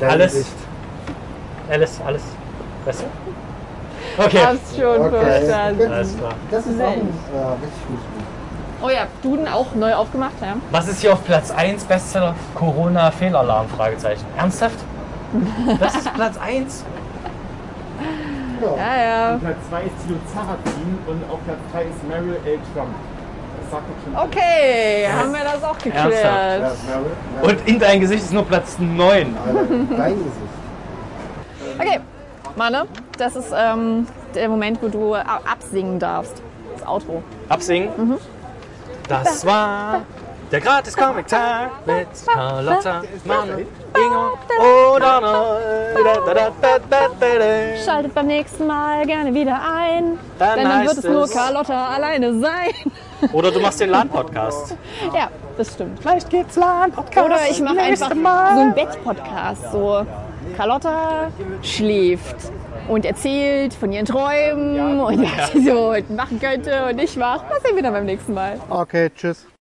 Speaker 3: Dein
Speaker 1: Alles.
Speaker 3: Gesicht.
Speaker 1: Alles, alles. Besser? Okay.
Speaker 2: Hab's schon verstanden.
Speaker 1: Alles klar.
Speaker 3: Das ist auch ein äh, richtig gutes Buch.
Speaker 2: Oh ja, Duden auch neu aufgemacht, ja.
Speaker 1: Was ist hier auf Platz 1 Bestseller? Corona-Fehlalarm? Fragezeichen. Ernsthaft? Das ist Platz 1?
Speaker 2: Ja, ja.
Speaker 4: Platz 2 ist Tilo Sarrazin und auf Platz 3 ist Meryl L. Trump. Das sagt doch schon.
Speaker 2: Okay, haben wir das auch geklärt.
Speaker 3: Ja, Meryl, Meryl.
Speaker 1: Und in dein Gesicht ist nur Platz 9.
Speaker 3: Alter, Dein Gesicht.
Speaker 2: Okay, Manne, das ist ähm, der Moment, wo du a- absingen darfst. Das Outro.
Speaker 1: Absingen.
Speaker 2: Mhm.
Speaker 1: Das war der gratis comic tag mit Carlotta, Mann, Ingo oder
Speaker 2: Schaltet beim nächsten Mal gerne wieder ein,
Speaker 1: Dann,
Speaker 2: denn dann wird
Speaker 1: heißt
Speaker 2: es nur Carlotta alleine sein.
Speaker 1: Oder du machst den LAN-Podcast.
Speaker 2: Ja, das stimmt.
Speaker 1: Vielleicht geht's LAN-Podcast.
Speaker 2: Oder ich mache
Speaker 1: nächstes
Speaker 2: einfach so einen Bett-Podcast. So, Carlotta schläft und erzählt von ihren Träumen und was sie so heute machen könnte und nicht macht. Das sehen wir dann beim nächsten Mal.
Speaker 3: Okay, tschüss.